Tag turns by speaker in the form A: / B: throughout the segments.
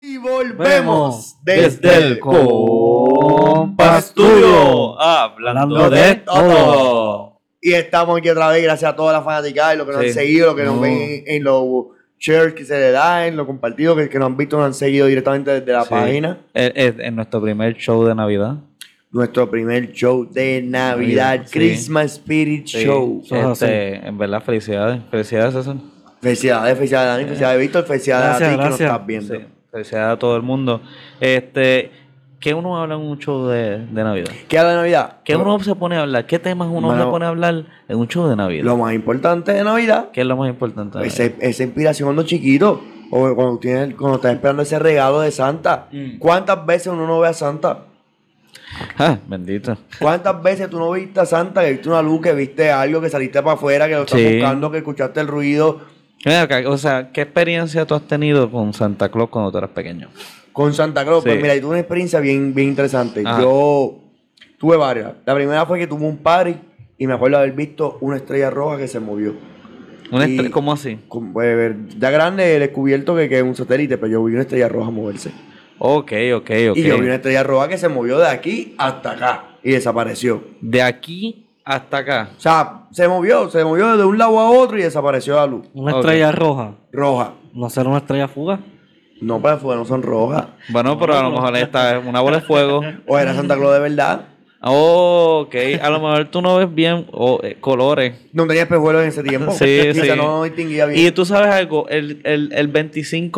A: Y volvemos
B: Desde, el
A: Compastudio,
B: Compastudio, hablando
A: de
B: de todo.
A: Y estamos aquí otra vez, gracias a todas las fanáticas y los que nos
B: Sí.
A: han seguido, los que nos
B: No.
A: ven en, en los shares que se le dan, en los compartidos que, que nos han visto, nos han seguido directamente desde la
B: Sí.
A: página.
B: Eh, eh, En nuestro primer show de Navidad.
A: Nuestro primer show de Navidad,
B: Sí.
A: Christmas Spirit
B: Sí,
A: Show.
B: este, en verdad, felicidades. Felicidades, César.
A: Felicidades, felicidades Dani, felicidades Víctor, felicidades a
B: Gracias,
A: ti que
B: gracias.
A: nos estás viendo.
B: Sí, felicidades a todo el mundo. Este, ¿Qué uno habla en un show de, de Navidad?
A: ¿Qué habla de Navidad?
B: ¿Qué uno se pone a hablar? ¿Qué temas uno
A: Mano,
B: se pone a hablar en un show de Navidad?
A: Lo eh, más importante de Navidad
B: ¿Qué es lo más importante? de
A: Pues Esa, esa inspiración cuando chiquito, o cuando, tienes, cuando estás esperando ese regalo de Santa.
B: Mm.
A: ¿Cuántas veces uno no ve a Santa?
B: Navidad? Ah, bendito.
A: ¿Cuántas veces tú no viste a Santa, que viste una luz, que viste algo, que saliste para afuera, que lo estás
B: Sí.
A: buscando, que escuchaste el ruido?
B: Ven acá, o sea, ¿qué experiencia tú has tenido con Santa Claus cuando tú eras pequeño?
A: Con Santa Claus,
B: Sí.
A: pues mira, yo tuve una experiencia bien, bien interesante.
B: Ajá.
A: Yo tuve varias. La primera fue que tuve un party y me acuerdo haber visto una estrella roja que se movió.
B: Una
A: Y-
B: estre- ¿Cómo así?
A: Como, pues, ver- ya grande he descubierto que, que es un satélite, pero yo vi una estrella roja moverse.
B: Ok, ok, ok.
A: Y yo vi una estrella roja que se movió de aquí hasta acá y desapareció.
B: De aquí hasta acá.
A: O sea, se movió, se movió de un lado a otro y desapareció la luz.
C: Una
B: Ok.
C: estrella roja.
A: Roja.
C: No será una estrella fuga.
A: No, para fuego no son rojas.
B: Bueno, pero a lo mejor esta es una bola de fuego.
A: O era Santa Claus de verdad.
B: ok, a lo mejor tú no ves bien oh, eh, colores.
A: No tenía espejuelos en ese tiempo.
B: Sí,
A: Quizá
B: sí.
A: no distinguía
B: Y
A: bien.
B: tú sabes algo, el, el, el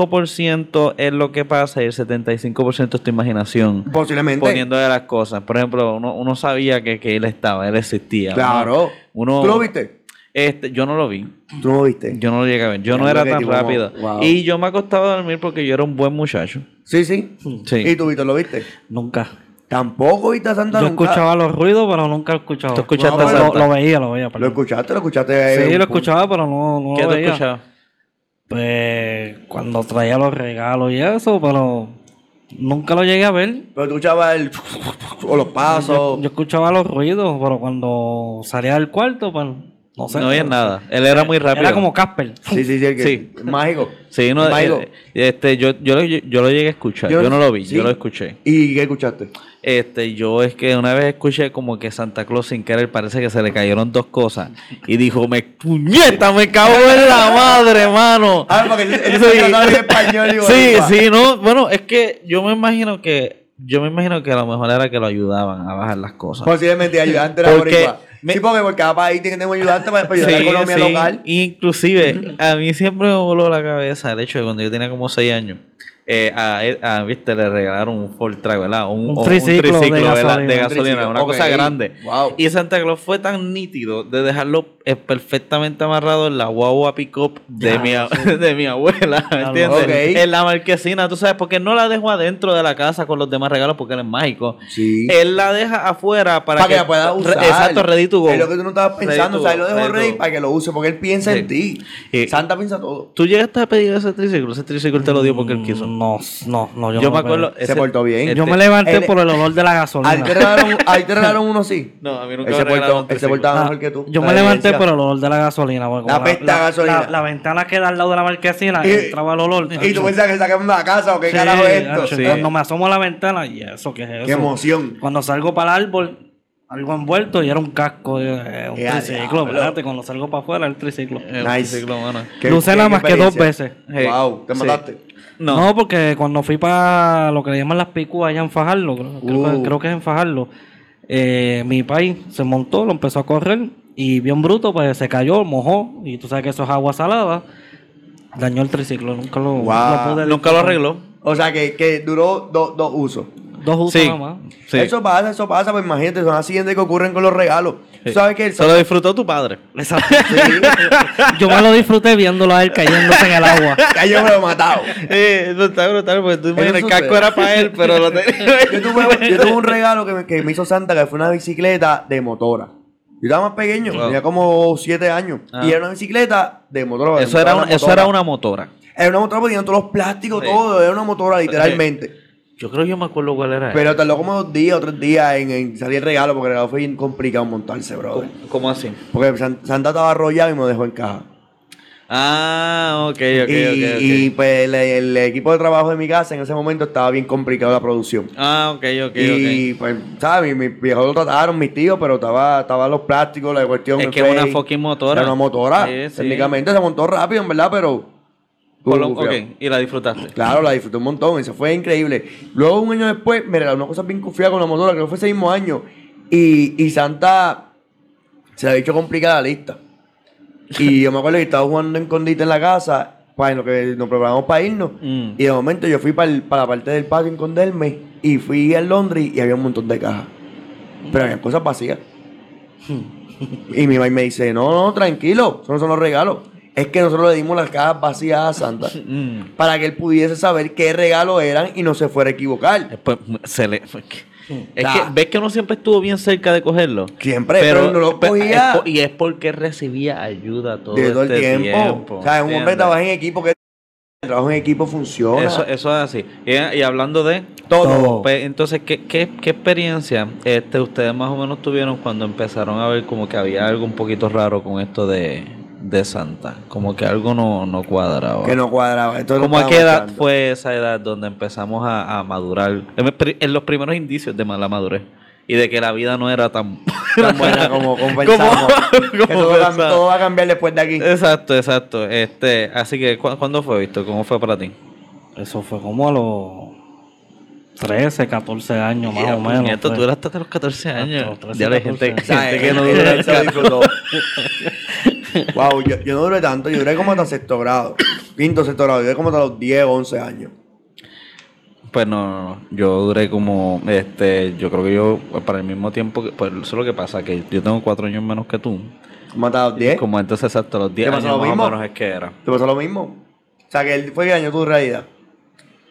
B: 25% es lo que pasa y el 75% es tu imaginación.
A: Posiblemente.
B: Poniendo de las cosas. Por ejemplo, uno, uno sabía que, que él estaba, él existía.
A: Claro.
B: Uno,
A: ¿Tú lo viste?
B: Este, yo no lo vi.
A: Tú no lo viste.
B: Yo no lo llegué a ver. Yo no
A: Mira
B: era
A: que
B: tan
A: tipo,
B: rápido.
A: wow.
B: Y yo me acostaba a dormir porque yo era un buen muchacho.
A: Sí, sí.
B: Sí.
A: ¿Y tú, Víctor, lo viste?
C: Nunca.
A: Tampoco viste a Santa
C: Yo
A: nunca.
C: escuchaba los ruidos, pero nunca lo escuchaba.
B: Tú escuchaste
C: No,
B: a
C: lo,
B: Santa.
C: lo veía, lo veía.
A: Lo
C: perdón.
A: escuchaste, lo escuchaste. eh,
C: sí, lo
A: un punto.
C: escuchaba, pero no, no
B: ¿Qué
C: lo
B: tú
C: veía.
B: escuchabas?
C: Pues cuando traía los regalos y eso, pero nunca lo llegué a ver.
A: Pero tú escuchabas el. O los pasos.
B: Oh.
C: Yo escuchaba los ruidos, pero cuando salía del cuarto, pues no sé.
B: No oía nada. Él era muy rápido.
C: Era como Casper.
A: Sí, sí, sí. el que-
B: Sí.
A: Mágico.
B: Sí, no,
A: Mágico.
B: eh, este, yo, yo, lo, yo lo llegué a escuchar. Yo, no lo vi,
A: sí.
B: yo lo escuché.
A: ¿Y qué escuchaste?
B: Este, yo es que una vez escuché como que Santa Claus sin querer parece que se le cayeron dos cosas. Y dijo, me puñeta, me cago en la madre, mano.
A: Ah, porque él él
B: Sí.
A: se trataba en español y
B: Sí,
A: boricua.
B: sí, no. Bueno, es que yo me imagino que, yo me imagino que a lo mejor era que lo ayudaban a bajar las cosas.
A: Posiblemente ayudante era
B: Porque
A: boricua.
B: me-
A: Sí, porque por cada país tenemos ayudante para para ayudar a la
B: Sí,
A: economía
B: sí.
A: local.
B: Inclusive, a mí siempre me voló la cabeza el hecho de cuando yo tenía como 6 años, eh, a, él- a, viste, le regalaron un Ford Track, ¿verdad? O
C: Un
B: o
C: triciclo de
B: ¿verdad?
C: gasolina.
B: de
C: Un
B: gasolina,
A: triciclo,
B: una
A: ok.
B: cosa grande.
A: Wow.
B: Y Santa Claus fue tan nítido de dejarlo eh, perfectamente amarrado en la guagua pick-up de, mi, a- de mi abuela, ¿me
C: lo-
B: ¿entiendes?
A: ok.
B: En la marquesina, tú sabes, porque no la dejó adentro de la casa con los demás regalos porque él es mágico.
A: Sí.
B: Él la deja afuera Eh, para,
A: para que, la pueda
B: re-
A: usar.
B: Exacto, ready to go.
A: Es lo que tú no estabas
B: Ready
A: pensando.
B: to
A: o sea, él
B: go,
A: lo dejó
B: ready to
A: ready
B: go.
A: para que lo use, porque él piensa en
B: Sí. Eh,
A: ti.
B: Y-
A: Santa piensa todo.
B: ¿Tú llegaste a pedir ese triciclo? Ese triciclo te lo dio porque él quiso.
C: Mm, No, no, no. Yo,
B: yo me
C: no lo pedí.
B: acuerdo.
A: Se portó bien.
C: Yo
B: este-
C: me levanté
A: él-
C: por el olor de la gasolina.
A: Ahí te regalaron, ahí te regalaron uno sí.
B: No, a mí nunca
A: Él
B: me
A: se
B: regalaron
A: portó,
B: un
A: él se
B: triciclo.
A: portaba
C: Ah,
A: mejor que tú.
C: Yo
A: La
C: me levanté
A: evidencia.
C: por el olor de la gasolina. porque
A: La
C: como
A: peste a gasolina.
C: La, la ventana que da al lado de la marquesina,
A: Y-
C: entraba el olor.
A: Y tú
C: tacho.
A: pensabas que sacamos la casa o qué
C: Sí,
A: carajo es esto.
C: tacho, Cuando me asomo a la ventana, y eso, ¿qué es eso?
A: Qué emoción.
C: Cuando salgo para el árbol, algo envuelto y era un casco, eh, un
A: Eh, a
C: triciclo.
A: diablo.
C: Espérate, cuando salgo para afuera, el triciclo.
B: Eh, un
A: Nice.
B: triciclo, mano.
A: Qué-
C: Lo usé
A: qué-
C: nada
A: qué
C: más que dos
A: experiencia.
C: veces.
B: Hey,
A: Wow, te
B: sí.
A: mataste.
B: No.
C: No, porque cuando fui para lo que le llaman las picuas allá en Fajardo, creo, creo que-
A: Uh.
C: creo que es en Fajardo, eh, mi país se montó, lo empezó a correr y bien bruto, pues se cayó, mojó y tú sabes que eso es agua salada, dañó el triciclo, nunca lo,
A: Guau.
C: no pude-
B: Nunca lo arregló.
A: O sea, que, que duró dos dos usos.
C: Dos usos
B: Sí.
C: nada más.
B: sí.
A: Eso pasa, eso pasa, pues imagínate, son accidentes que ocurren con los regalos. Tú sabes que el
B: Se lo disfrutó tu padre.
C: Yo me lo disfruté viéndolo a él cayéndose en el agua.
A: cayó me lo he matado.
B: Eh, no está brutal porque tú imaginas, el
A: sucede.
B: casco era para él, pero lo tenía.
A: Yo tuve, yo tuve un regalo que me, que me hizo Santa, que fue una bicicleta de motora. Yo estaba más pequeño,
B: Wow.
A: tenía como 7 años.
B: Ah.
A: Y era una bicicleta de motora. de
B: Eso era,
A: motora,
B: una, eso era una motora.
A: Era una motora porque tenían todos los plásticos,
B: Sí.
A: todo. Era una motora, literalmente.
B: Yo creo que yo me acuerdo cuál era.
A: Pero tardó como dos días o tres días en, en salir el regalo, porque el regalo fue bien complicado montarse, bro.
B: ¿Cómo así?
A: Porque San- Santa estaba arrollado y me lo dejó en caja.
B: Ah, ok, ok,
A: y,
B: ok. ok.
A: y, pues el, el equipo de trabajo de mi casa en ese momento estaba bien complicado la producción.
B: Ah, ok, ok,
A: y pues, ¿sabes? Mis mis viejos lo trataron, mis tíos, pero estaba, estaba los plásticos, la cuestión.
B: ok. Es
A: el
B: que es una
A: frame,
B: fucking motora.
A: Era una motora.
B: Sí, sí.
A: Técnicamente se montó rápido, en verdad, pero.
B: Por lo-
A: Uf,
B: ok, y la disfrutaste.
A: Claro, la disfruté un montón, eso fue increíble. Luego, un año después, me regaló una cosa bien confiada con la motora, creo que fue ese mismo año. Y, y Santa se le ha dicho complicada la lista. Y yo me acuerdo que estaba jugando en condita en la casa, para lo que nos preparamos para irnos.
B: Mm.
A: Y de momento yo fui para la parte del patio a esconderme y fui a Londres y había un montón de cajas. Pero había cosas vacías. Y mi mamá me dice, no, no, tranquilo, esos no son los regalos. Es que nosotros le dimos las cajas vacías a Santa
B: Mm.
A: para que él pudiese saber qué regalo eran y no se fuera a equivocar.
B: Después mm, se le. Es que, es
A: Mm. Da.
B: que ves que uno siempre estuvo bien cerca de cogerlo.
A: Siempre, pero, no lo
B: pe-
A: cogía
B: es por- y es porque recibía ayuda todo,
A: de todo el
B: este
A: tiempo. O sea, es un hombre
B: ¿entiendes?
A: que trabaja en equipo, que el trabajo en equipo funciona.
B: Eso, eso es así. Y, y hablando de
A: Todo.
B: pues, entonces, ¿qué, qué, qué experiencia este, ustedes más o menos tuvieron cuando empezaron a ver como que había algo un poquito raro con esto de, de Santa? Como que algo no, no cuadraba.
A: que no cuadraba. Esto no
B: ¿Cómo a
A: estaba
B: qué edad
A: marchando.
B: fue esa edad donde empezamos a, a madurar? En, el pri- en los primeros indicios de la madurez. Y de que la vida no era tan,
A: Tan buena como conversamos.
B: Como-
A: Que todo, va-
B: como-
A: todo va a cambiar después de aquí.
B: Exacto, exacto. Este, así que, ¿cu- ¿cuándo fue, Víctor? ¿Cómo fue para ti?
C: Eso fue como a los 13, 14 años más
B: Ya,
C: o menos. pues.
B: puñeta,
C: fue.
B: tú eras hasta los 14 años.
C: los 13,
B: ya la
C: 14
B: gente,
A: O
C: años.
A: sea,
B: gente que no
A: él-
B: dura
A: él
B: el
A: se lo disfrutó. wow, yo, yo no duré tanto, yo duré como hasta sexto grado. Quinto, sexto grado, yo duré como hasta los 10, 11 años.
B: Pues no, no, no. Yo duré como, este, yo creo que yo, pues, para el mismo tiempo, que- pues eso es lo que pasa, que yo tengo cuatro años menos que tú.
A: ¿Cómo hasta los 10?
B: Como entonces exacto, los 10
A: ¿Te
B: años
A: ¿Eh? pasó
B: más
A: lo
B: o
A: mismo?
B: menos es que era.
A: ¿Te pasó lo mismo? O sea, que él fue el año de tu realidad.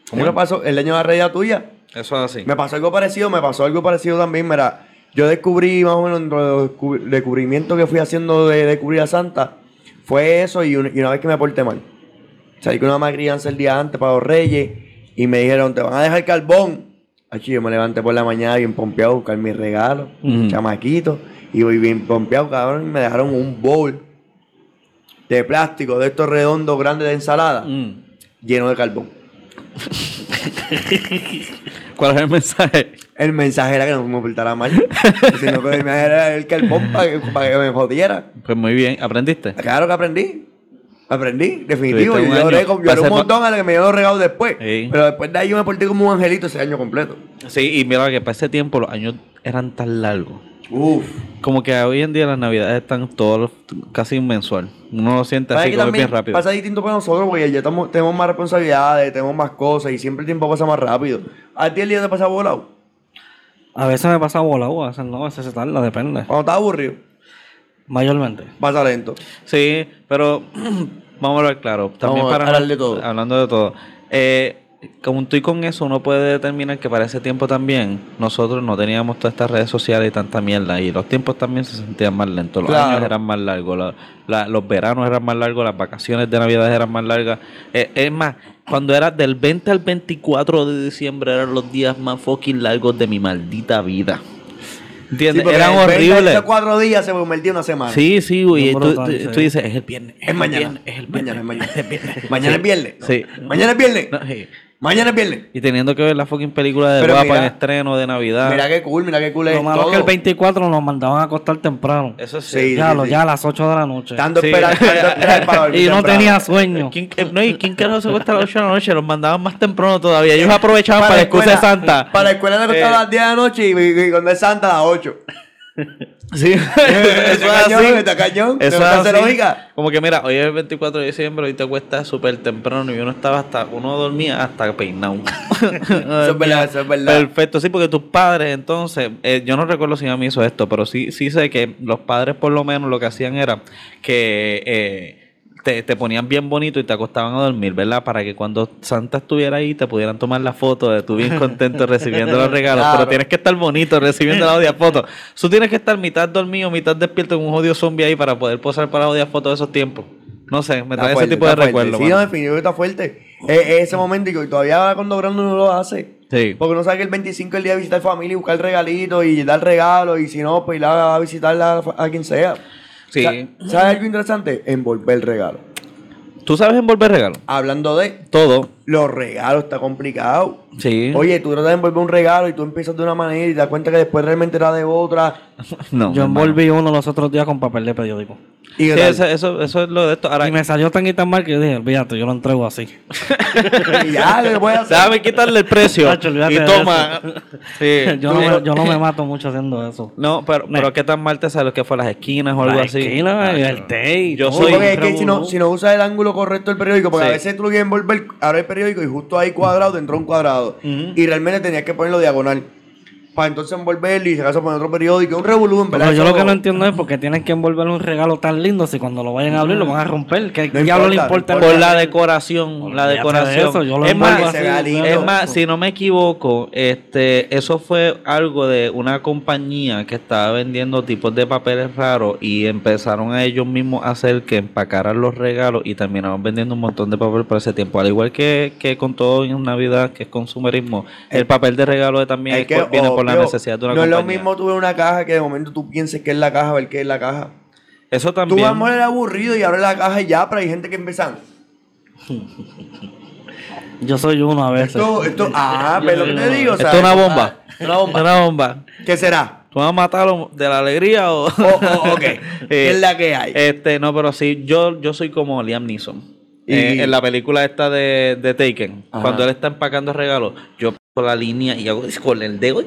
A: ¿Cómo te pasó el año de la realidad tuya?
B: Eso es así.
A: Me pasó algo parecido, me pasó algo parecido también, mira, yo descubrí más o menos dentro de los descu- descubrimientos que fui haciendo de descubrir a Santa, fue eso y, un- y una vez que me porté mal. Salí con una mamá de crianza el día antes para los reyes y me dijeron, te van a dejar carbón. Achí, yo me levanté por la mañana bien pompeado a buscar mis regalos,
B: Ujú.
A: chamaquito, y voy bien pompeado, cabrón, y me dejaron un bowl de plástico de estos redondos grandes de ensalada,
B: Mm.
A: lleno de carbón.
B: ¿Cuál es el mensaje?
A: El mensaje era que no me portara mal. sino que el mensaje era el carbón para que, pa' que me jodiera.
B: Pues muy bien, ¿aprendiste?
A: Claro que aprendí. Aprendí, definitivo.
B: Tuviste
A: Y
B: un
A: yo
B: año.
A: lloré, con- lloré
B: Pasé
A: un
B: pa-
A: montón a la que me dio los regalos después.
B: Sí.
A: Pero después de ahí yo me porté como un angelito ese año completo.
B: Sí, y mira que para ese tiempo los años eran tan largos.
A: Uf.
B: Como que hoy en día las navidades están todos los- casi mensual. Uno lo siente
A: Pero es
B: así
A: que
B: como
A: también
B: bien rápido.
A: pasa distinto para nosotros porque ya estamos- tenemos más responsabilidades, tenemos más cosas y siempre el tiempo pasa más rápido. ¿A ti el día te pasa volado?
C: A veces me pasa volado, a veces no, a veces se tarda, depende.
A: Cuando estás aburrido,
C: Mayormente.
A: pasa lento.
B: Sí, pero vamos a hablar claro. También
A: Vamos a
B: para
A: hablar de todo.
B: Hablando de todo. Eh, como tú y con eso uno puede determinar que para ese tiempo también nosotros no teníamos todas estas redes sociales y tanta mierda y los tiempos también se sentían más lentos, los
A: Claro.
B: años eran más largos, la- la- los veranos eran más largos, las vacaciones de navidad eran más largas. Eh, es más, cuando era del 20 al 24 de diciembre eran los días más fucking largos de mi maldita vida. ¿Entiendes?
A: porque
B: eran
A: en 20
B: horribles.
A: esos cuatro días se convirtió en una semana.
B: Sí, sí, güey.
C: Bien
B: Tú,
C: brutal,
B: tú-
C: sí.
B: tú dices, es el viernes.
A: Es mañana.
B: viernes, es el
A: mañana,
B: viernes.
A: es mañana. Mañana es viernes.
B: Sí.
A: Mañana es viernes.
B: No, sí.
A: Mañana es viernes.
B: Y teniendo que ver la fucking película de
A: Pero
B: guapa
A: mira,
B: en estreno de Navidad.
A: Mira qué cool, mira qué cool
C: Lo
A: es
C: malo es
A: todo.
C: que el 24 nos mandaban a acostar temprano.
B: Eso
A: Sí,
C: ya, lo-
A: sí.
C: ya a las 8 de la noche.
A: Tanto
B: Sí.
A: esperar, tanto esperar para dormir
C: Y no
A: temprano.
C: tenía sueño.
B: ¿Quién, eh, no, ¿Y quién carajo se cuesta a las 8 de la noche? Los mandaban más temprano todavía. Ellos aprovechaban para, la excusa de
A: Eh, escuela-
B: Santa.
A: Para la escuela le costaba
B: Eh.
A: a las 10 de la noche y, y- y cuando es Santa a las 8.
B: Sí, eso es
A: Está cañón,
B: así.
A: está cañón.
B: Eso
A: No
B: es
A: hace
B: así.
A: lógica.
B: Como que mira, hoy es el 24 de diciembre, hoy te cuesta súper temprano y uno estaba hasta, uno dormía hasta peinado.
A: Eso es verdad, eso es verdad.
B: Perfecto, sí, porque tus padres, entonces, eh, yo no recuerdo si a mí hizo esto, pero sí, sí sé que los padres por lo menos lo que hacían era que eh, te, te ponían bien bonito y te acostaban a dormir, ¿verdad? Para que cuando Santa estuviera ahí te pudieran tomar la foto de tú bien contento recibiendo los regalos,
A: Claro.
B: pero tienes que estar bonito recibiendo la odia foto. Tú tienes que estar mitad dormido, mitad despierto en un odio zombie ahí para poder posar para la odia foto de esos tiempos. No sé,
A: Está
B: me trae
A: fuerte,
B: ese tipo de
A: está fuerte.
B: recuerdos.
A: Sí, no,
B: mano.
A: definitivamente está fuerte. Es, es ese momento y todavía ahora cuando Brando no lo hace.
B: Sí.
A: Porque uno sabe que el 25 es el día de visitar familia y buscar regalitos y dar regalos y si no, pues ir a a visitarla a quien sea.
B: Sí.
A: Sa- ¿Sabes algo interesante? Envolver regalo.
B: ¿Tú sabes envolver regalos?
A: Hablando de
B: Todo.
A: los regalos, está complicado.
B: Sí.
A: Oye, tú tratas de envolver un regalo y tú empiezas de una manera y te das cuenta que después realmente era de otra.
B: no.
C: Yo
B: hermano.
C: envolví uno los otros días con papel de periódico.
A: Y
B: Sí,
A: que tal-
B: eso, eso, eso es lo de esto. Ahora,
C: Y me salió tan y tan mal que yo dije, olvídate, yo lo entrego así.
A: y ya, le voy a hacer.
B: déjame quitarle el precio.
C: Tacho, olvídate
B: y
C: de
B: toma. Sí.
C: yo, no me, yo no me mato mucho haciendo eso.
B: No, pero, pero ¿qué tan mal te sale? ¿Qué fue las esquinas o algo
C: La
B: así?
C: esquina,
B: Ah,
C: el té y
B: Yo
A: Sí,
C: todo.
B: soy-
A: porque es que si no, si no usas el ángulo correcto del periódico, porque
B: Sí.
A: a veces tú lo quieres envolver, abre el periódico y justo ahí cuadrado te entró un cuadrado. Y realmente tenías que ponerlo diagonal. Para entonces envolverlo y si acaso poner otro periódico, un revolú, en verdad.
C: Pero yo
A: eso
C: lo que no entiendo es porque tienen que envolver un regalo tan lindo si cuando lo vayan a abrir lo van a romper. ¿Qué
A: No
C: diablo le
A: importa,
C: importa?
A: no
B: Por la decoración, la
C: Olvídate de
B: decoración.
C: eso, yo lo
B: es más,
C: envuelvo
A: así, se vea
B: es
A: lindo.
B: más, si no me equivoco, este, eso fue algo de una compañía que estaba vendiendo tipos de papeles raros y empezaron a ellos mismos a hacer que empacaran los regalos y terminaron vendiendo un montón de papel para ese tiempo. Al igual que, que con todo en Navidad, que es consumerismo, el papel de regalo también
A: Eh, Es
B: es
A: que,
B: por- viene por la
A: obvio,
B: necesidad de una
A: No es lo
B: compañía.
A: mismo tú ver una caja que de momento tú pienses que es la caja, a ver qué es la caja.
B: Eso
A: Tú
B: también.
A: vas a morir aburrido y abres la caja y ya, pero hay gente que empiezan.
C: Yo soy uno a veces.
A: Esto, esto, ah,
C: Yo
A: pero lo
C: soy
A: que te
C: uno.
A: digo, o
B: Esto
A: sea,
B: es una
A: esto-
B: bomba.
A: Una bomba.
B: Una bomba.
A: ¿Qué será?
B: ¿Tú vas a matarlo de la alegría o.?
A: O, o, ok. ¿Qué
B: Eh,
A: es la que hay?
B: Este, no, pero sí, yo, yo soy como Liam Neeson.
A: Y-
B: Eh, en la película esta de, de Taken,
A: Ajá.
B: cuando él está empacando regalos, yo pongo la línea y hago con el dedo.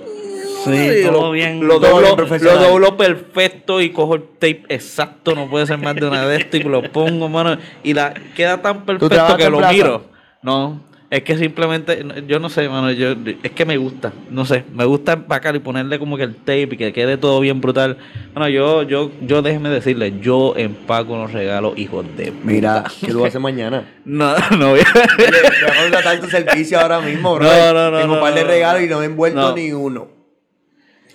C: Sí,
B: y
C: todo
B: lo,
C: bien.
A: Todo
B: Lo
A: bien
B: doblo,
A: profesional.
B: lo doblo perfecto y cojo el tape exacto, no puede ser más de una de esto y lo pongo, mano. Y la queda tan perfecto
A: trabajas
B: que
A: en
B: lo
A: plaza?
B: miro. No, es que simplemente, yo no sé, mano, yo, es que me gusta, no sé, me gusta empacar y ponerle como que el tape y que quede todo bien brutal. Bueno, yo, yo, yo déjeme decirle, yo empaco los regalos, hijos de...
A: Mira, ¿qué tú haces mañana?
B: No, no voy
A: Oye,
B: a...
A: Te voy a contratar tu servicio ahora mismo, bro.
B: No, no, no,
A: Tengo un
B: no,
A: par de
B: no,
A: regalos
B: no.
A: y no he envuelto
B: No.
A: ni uno.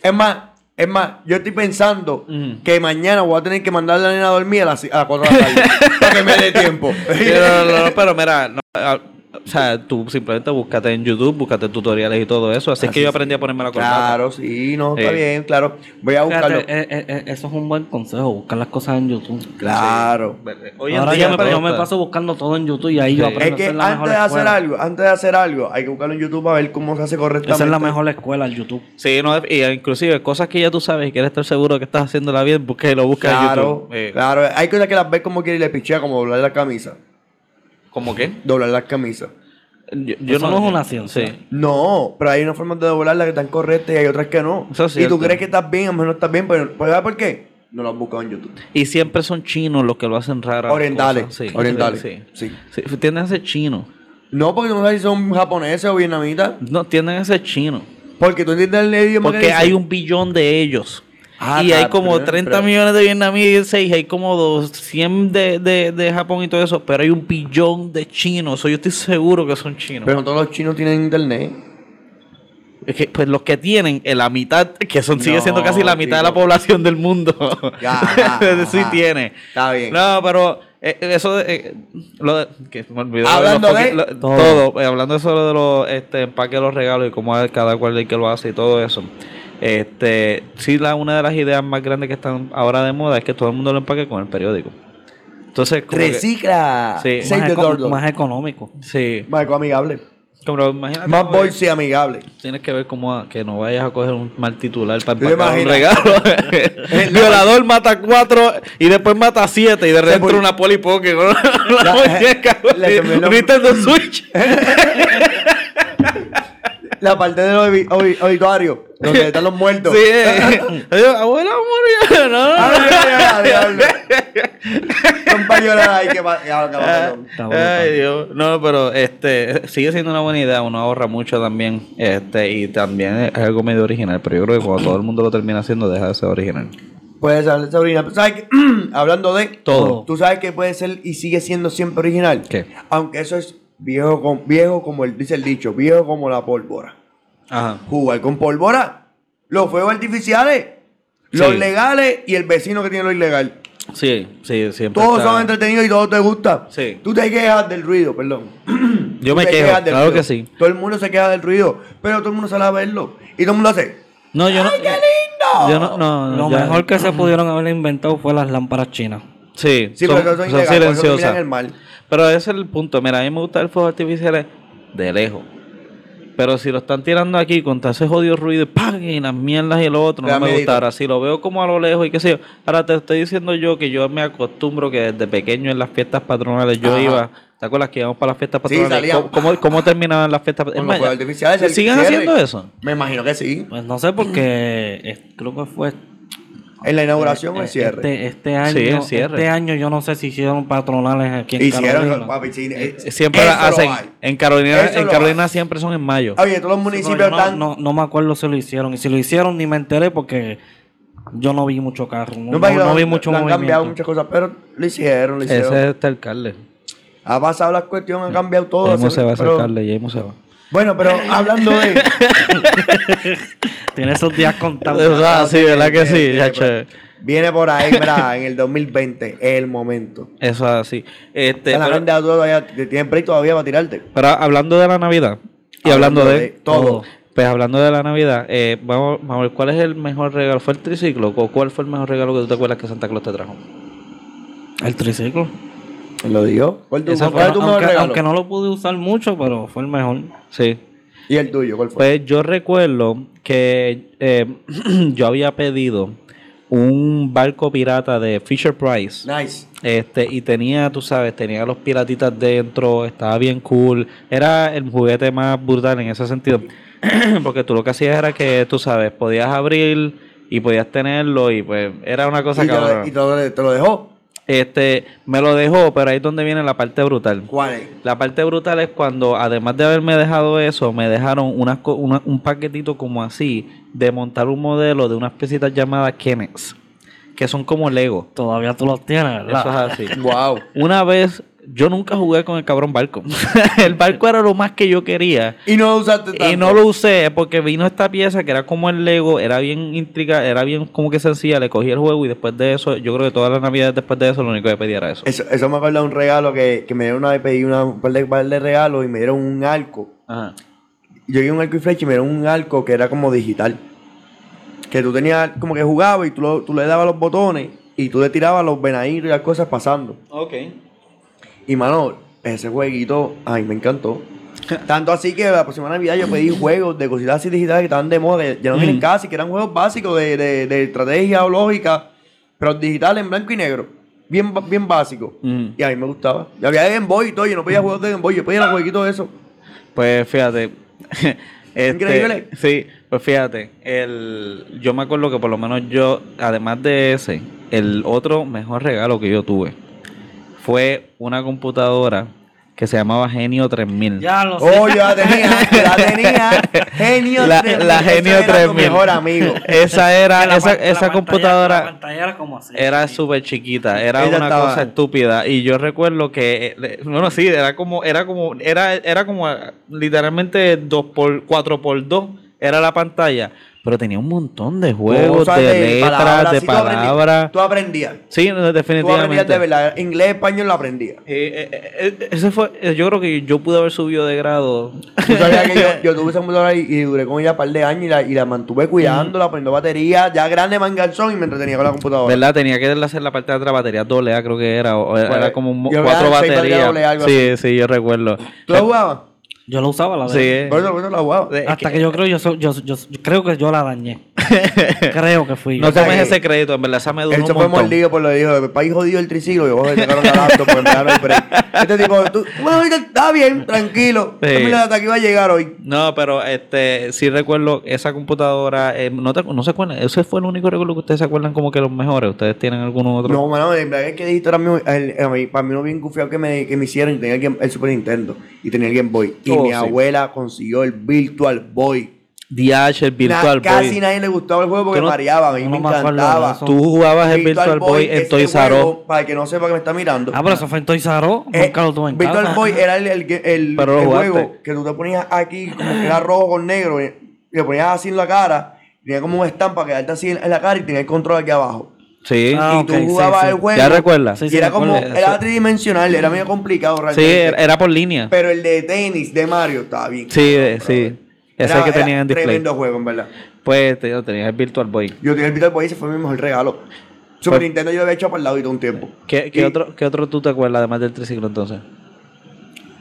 A: Es más, es más, yo estoy pensando
B: Mm.
A: que mañana voy a tener que mandar a la nena a dormir a las, a las 4 de la tarde. para que me dé tiempo.
B: Pero, no, no, pero mira, no, ah, o sea, tú simplemente búscate en YouTube, búscate tutoriales y todo eso. Así, es que yo aprendí a ponerme la Eh. corbata.
A: claro, sí, no, está
B: Sí.
A: bien, claro. Voy a
C: Fíjate,
A: buscarlo.
C: eh, eh, eh, eso es un buen consejo, buscar las cosas en YouTube.
A: claro.
B: Hoy en
C: Ahora
B: día me
C: yo, me, yo me
B: preguntan-
C: paso buscando todo en YouTube y ahí yo
B: Sí.
C: aprendo.
A: Es que
C: Esa la mejor
A: antes de hacer
C: escuela.
A: algo, antes de hacer algo, hay que buscarlo en YouTube para ver cómo se hace correctamente.
C: Esa es la mejor escuela, el YouTube.
B: Sí, no, y inclusive cosas que ya tú sabes y quieres estar seguro que estás haciéndola bien, busca y lo buscas en
A: Claro,
B: YouTube. Eh,
A: claro. Hay cosas que las ves como quieres y le pichea, como doblar la camisa.
B: ¿Cómo qué?
A: Doblar las camisas.
B: Yo,
C: Eso no es una ciencia.
B: Sí.
A: No, pero hay unas formas de doblarlas que están correctas y hay otras que no.
B: Eso es
A: y
B: cierto.
A: tú crees que estás bien, a lo mejor no estás bien, pero pero ¿sabes por qué? No lo han buscado en YouTube.
B: Y siempre son chinos los que lo hacen raras.
A: Orientales,
B: cosas. Sí,
A: orientales,
B: Sí,
A: sí.
B: Sí, Tienden a ser chinos.
A: No, porque tú no sabes si son japoneses o vietnamitas.
B: No, tienden a ser chinos.
A: Porque tú entiendes el idioma que
B: Porque hay
A: dicen.
B: un billón de ellos.
A: Ah,
B: y hay
A: ah,
B: como
A: pero-
B: 30
A: pero-
B: millones de vietnamitas y hay como 200 de, de, de Japón y todo eso. Pero hay un billón de chinos. So, yo estoy seguro que son chinos.
A: Pero no todos los chinos tienen internet.
B: Es que, pues los que tienen, eh, la mitad, que son sigue
A: No,
B: siendo casi la mitad de la
A: chico.
B: población del mundo.
A: Ya, ajá,
B: sí
A: ajá.
B: tiene.
A: Está bien.
B: No, pero eh, eso de, eh, lo de- que me olvidó
A: Hablando
B: los poqui-
A: de-
B: lo- todo,
C: todo.
B: eh, hablando de eso de los este, empaques de los regalos y cómo a cada cual el que lo hace y todo eso. Este, sí, la, una de las ideas más grandes que están ahora de moda es que todo el mundo lo empaque con el periódico. Entonces, como que-
A: Recicla.
B: Sí.
A: Save
C: Más,
A: the
C: eco-
A: turtle.
C: más económico.
B: sí,
A: Marco amigable.
B: como, imagínate
A: Más
B: como que-
A: bolsa y amigable.
B: Tienes que ver cómo a- que no vayas a coger un mal titular para
A: ¿Te
B: empacar un
A: imaginas?
B: regalo. El violador mata cuatro y después mata siete y de repente
A: vol-
B: una Polly Pocket con una
A: La- eh,
B: muñeca,
A: la que me
B: un
A: lo-
B: Nintendo Switch.
A: eh. La parte del obvi- obvi- obituario, donde están los muertos. Ah,
B: Sí, eh. Yo, abuela, murió. No, no,
A: Ay,
B: no.
A: ay, ay, diablo. Son pa' llorar ahí que va- que ah, va- que va-
B: Ay,
C: Está brutal.
B: Dios. No, pero este sigue siendo una buena idea. Uno ahorra mucho también. Este, y también es algo medio original. Pero yo creo que cuando todo el mundo lo termina haciendo, deja de ser original.
A: Puede ser original. Pero ¿sabes qué? Hablando de
B: Todo.
A: tú sabes que puede ser y sigue siendo siempre original.
B: ¿Qué?
A: Aunque eso es viejo, con, viejo como el, dice el dicho, viejo como la pólvora.
B: Ajá.
A: Jugar con pólvora, los fuegos artificiales, los
B: Sí.
A: legales y el vecino que tiene lo ilegal.
B: Sí, sí, siempre.
A: Todos
B: está-
A: son entretenidos y todos te gusta.
B: Sí.
A: Tú te quejas del ruido, perdón.
B: Yo
A: Tú
B: me
A: te
B: quejo,
A: quejas del
B: claro
A: ruido.
B: que sí.
A: Todo el mundo se queja del ruido, pero todo el mundo sale a verlo. Y todo el mundo hace,
B: No, yo no.
A: ¡ay, qué lindo!
B: Yo no, no, no,
C: Lo
B: Ah, ya-
C: mejor que se pudieron haber inventado fue las lámparas chinas.
B: Sí,
A: Sí,
B: son,
A: pero eso es
B: son
A: ilegal, por eso termina
B: silenciosas.
A: en el mar.
B: Pero ese es el punto. Mira, a mí me gusta el fuego artificial de lejos. Pero si lo están tirando aquí con todo ese jodido ruido y ¡pam! y las mierdas y lo otro,
A: Te da
B: no me
A: miedito.
B: gusta. Ahora, si lo veo como a lo lejos y qué sé yo. Ahora te estoy diciendo yo que yo me acostumbro que desde pequeño en las fiestas patronales yo
A: Ajá.
B: iba. ¿Te acuerdas que íbamos para las fiestas
A: Sí,
B: patronales?
A: salíamos.
B: ¿Cómo, cómo, cómo terminaban las fiestas
A: Con los
B: Es más,
A: fuegos artificiales, el
B: ¿Siguen
A: cierre.
B: haciendo eso?
A: Me imagino que sí.
C: Pues no sé porque eh, creo que fue
A: En la inauguración o el
C: eh,
A: cierre.
C: Este, este año,
B: Sí, el cierre.
C: este año yo no sé si hicieron patronales aquí en
A: Hicieron,
C: Carolina.
A: papi, sí, eh,
B: Siempre
A: eso
B: la
A: lo
B: hacen.
A: hay.
B: En Carolina,
A: Eso
B: en
A: lo
B: Carolina
A: hay.
B: siempre son en mayo.
A: Oye, todos los
C: Sí, pero
A: municipios
C: yo
A: están.
C: no, no, no me acuerdo si lo hicieron. Y si lo hicieron, ni me enteré porque yo no vi mucho carro. No,
A: me
C: no-
A: imagino,
C: no vi mucho
A: le han cambiado
C: movimiento.
A: muchas cosas, pero lo hicieron, lo hicieron.
B: Ese es este alcalde.
A: Ha pasado las cuestiones, han cambiado todo.
B: Yemo se va a
A: pero-
B: acercarle, Yemo se va.
A: Bueno, pero hablando de.
C: Tiene esos días contados.
B: O sea, Ah, sí, ¿verdad que sí?
A: Sí,
B: Ya,
A: sí, pero-
B: che.
A: Viene por ahí, mira, en el 2020, es el momento.
B: Eso es así. Este,
A: En la
B: pero,
A: gente tú todavía te tienen break todavía para tirarte.
B: pero hablando de la Navidad y hablando, de,
A: todo.
B: Pues hablando de la Navidad, eh, vamos, vamos a ver, ¿cuál es el mejor regalo? ¿Fue el triciclo? ¿O cuál fue el mejor regalo que tú te acuerdas que Santa Claus te trajo?
C: El triciclo.
A: Lo digo. ¿Cuál, tu-
B: Esa
A: cuál es tu mejor
C: aunque,
A: regalo?
C: aunque no lo pude usar mucho, pero fue el mejor.
B: Sí.
A: Y el tuyo, ¿cuál fue?
B: Pues yo recuerdo que eh, yo había pedido un barco pirata de Fisher Price.
A: nice.
B: Este, y tenía, tú sabes, tenía los piratitas dentro, estaba bien cool. Era el juguete más brutal en ese sentido. Porque tú lo que hacías era que, tú sabes, podías abrir y podías tenerlo y pues era una cosa
A: Y, te
B: cabrona.
A: lo, y te lo- te lo dejó.
B: Este, me lo dejó, pero ahí es donde viene la parte brutal.
A: ¿Cuál es?
B: La parte brutal es cuando, además de haberme dejado eso, me dejaron unas co- una- un paquetito como así de montar un modelo de unas piecitas llamadas Kenex, que son como Lego.
C: Todavía tú los tienes,
B: Eso es
C: ¿verdad?
B: así.
A: Wow.
B: Una vez, yo nunca jugué con el cabrón barco. el barco era lo más que yo quería.
A: Y no lo usaste tanto.
B: Y no lo usé porque vino esta pieza que era como el Lego, era bien intriga, era bien como que sencilla, le cogí el juego y después de eso, yo creo que todas las navidades después de eso lo único que pedía era eso.
A: Eso, eso me acuerda de un regalo que, que me dieron una vez, pedí una, un par de, par de regalos y me dieron un arco.
B: Ajá.
A: Yo llegué a un arco y flecha y me dieron un arco que era como digital. Que tú tenías como que jugabas y tú, lo- tú le dabas los botones y tú le tirabas los venaditos y las cosas pasando.
B: Ok.
A: Y mano, ese jueguito, ay, me encantó. Tanto así que la próxima Navidad yo pedí juegos de cositas así digitales que estaban de moda, que ya no vienen casi, que eran juegos básicos de, de- de estrategia o lógica, pero digitales en blanco y negro. Bien, ba- bien básico.
B: Mm.
A: Y a mí me gustaba. Y había Game Boy y todo, yo no pedía juegos de Game Boy, yo pedía los jueguitos de eso.
B: Pues fíjate. este,
A: Increíble.
B: Sí, pues fíjate. El, yo me acuerdo que por lo menos yo, además de ese, el otro mejor regalo que yo tuve fue una computadora que se llamaba Genio 3000.
C: Ya lo sé.
A: Oh, yo la tenía, yo la tenía. Genio
B: La,
A: 3000,
B: la
A: ese
B: Genio
A: era tu
B: 3000.
A: mejor amigo.
B: Esa era,
C: La
B: esa,
C: pan- la
B: esa
C: pantalla-
B: computadora.
C: La pantalla era como así.
B: Era súper chiquita, era
A: Ella
B: una
A: estaba-
B: cosa estúpida. Y yo recuerdo que, eh, le- bueno, sí, era como, era como, era, era como eh, literalmente 2 por 4 por 2 era la pantalla. Pero tenía un montón de juegos,
A: Cosas
B: de, letras, de
A: sí, tú aprendi-
B: palabras.
A: Tú aprendías.
B: Sí, no,
A: Tú aprendías de
B: definitivamente.
A: verdad. Inglés, español lo aprendías.
B: Eh, eh, eh, ese fue, eh, yo creo que yo pude haber subido de grado.
A: Tú sabías que yo, yo tuve esa computadora y, y duré con ella un par de años y la, y la mantuve cuidando, la poniendo batería, ya grande manganzón y me entretenía con la computadora.
B: ¿Verdad? Tenía que hacer la parte de atrás, batería doble A creo que era, o- o era,
A: Bueno,
B: como un mo-
A: Pues, yo
B: cuatro
A: era seis baterías
B: baterías.
A: doble A, algo
B: Sí, sí, yo recuerdo.
A: ¿Tú la jugabas?
C: Yo la usaba, la verdad.
B: Sí, eh.
A: Por eso, por eso la jugabas.
B: Eh, es
C: Hasta que yo creo yo, so- yo, yo- yo creo que yo la dañé. creo que fui.
B: No
A: O sea
B: tomes
A: que-
B: ese crédito, en verdad, esa me duró
A: Él
B: un
A: se fue
B: montón.
A: mordido por lo que dijo, el país jodido el triciclo, y vos te sacaron la laptop porque me daron el break. Este tipo, tú, bueno, ahorita está bien, tranquilo.
B: Sí.
A: Mira, hasta aquí va a llegar hoy.
B: No, pero este sí recuerdo esa computadora, eh, no, te- no se acuerdan, ese fue el único recuerdo que ustedes se acuerdan como que los mejores, ustedes tienen alguno otro.
A: No, mano, en verdad es que dijiste ahora mismo, el- a mí- para mí uno bien gufiado que me, que me hicieron, y tenía el, Game- el Super Nintendo y tenía el Game Boy. Y
B: Oh,
A: mi
B: sí.
A: abuela consiguió el Virtual Boy.
B: DH, el Virtual
A: Na- casi
B: Boy.
A: nadie le gustaba el juego porque
B: Tú no-
A: mareaba, a mí
C: no
A: me
C: me acuerdo de
A: encantaba.
C: eso.
B: Tú jugabas el Virtual Boy en
A: ese
B: Toys R Us,
A: juego, Para el que no sepa que me está mirando.
C: Ah, pero eso fue en Toys R Us.
A: eh,
C: Nunca lo tuve en
A: Virtual
C: casa.
A: Boy era el, el- el-
B: Pero lo
A: el
B: jugaste.
A: juego que tú te ponías aquí, como que era rojo con negro, y le ponías así en la cara, tenía como una estampa que darte así en, en la cara y tenía el control aquí abajo.
B: sí.
C: Ah,
A: y
C: ok,
A: tú
C: sí,
A: jugabas
C: sí.
A: el juego.
B: ¿Ya recuerdas?
C: Sí,
A: Y
C: sí,
A: era
C: me
A: como,
C: acuerdo.
A: era tridimensional, era medio complicado
B: sí,
A: realmente.
B: era, era por línea.
A: Pero el de tenis de Mario estaba bien.
B: Sí, eh, sí. Ese
A: Era-
B: que
A: era
B: tenía en display.
A: Tremendo juego, en verdad.
B: Pues te- tenías el Virtual Boy.
A: Yo tenía el Virtual Boy y ese fue mi mejor regalo. Super Nintendo yo lo había hecho para el lado y todo un tiempo.
B: ¿Qué, qué
A: Y-
B: otro, ¿Qué otro tú te acuerdas además del triciclo entonces?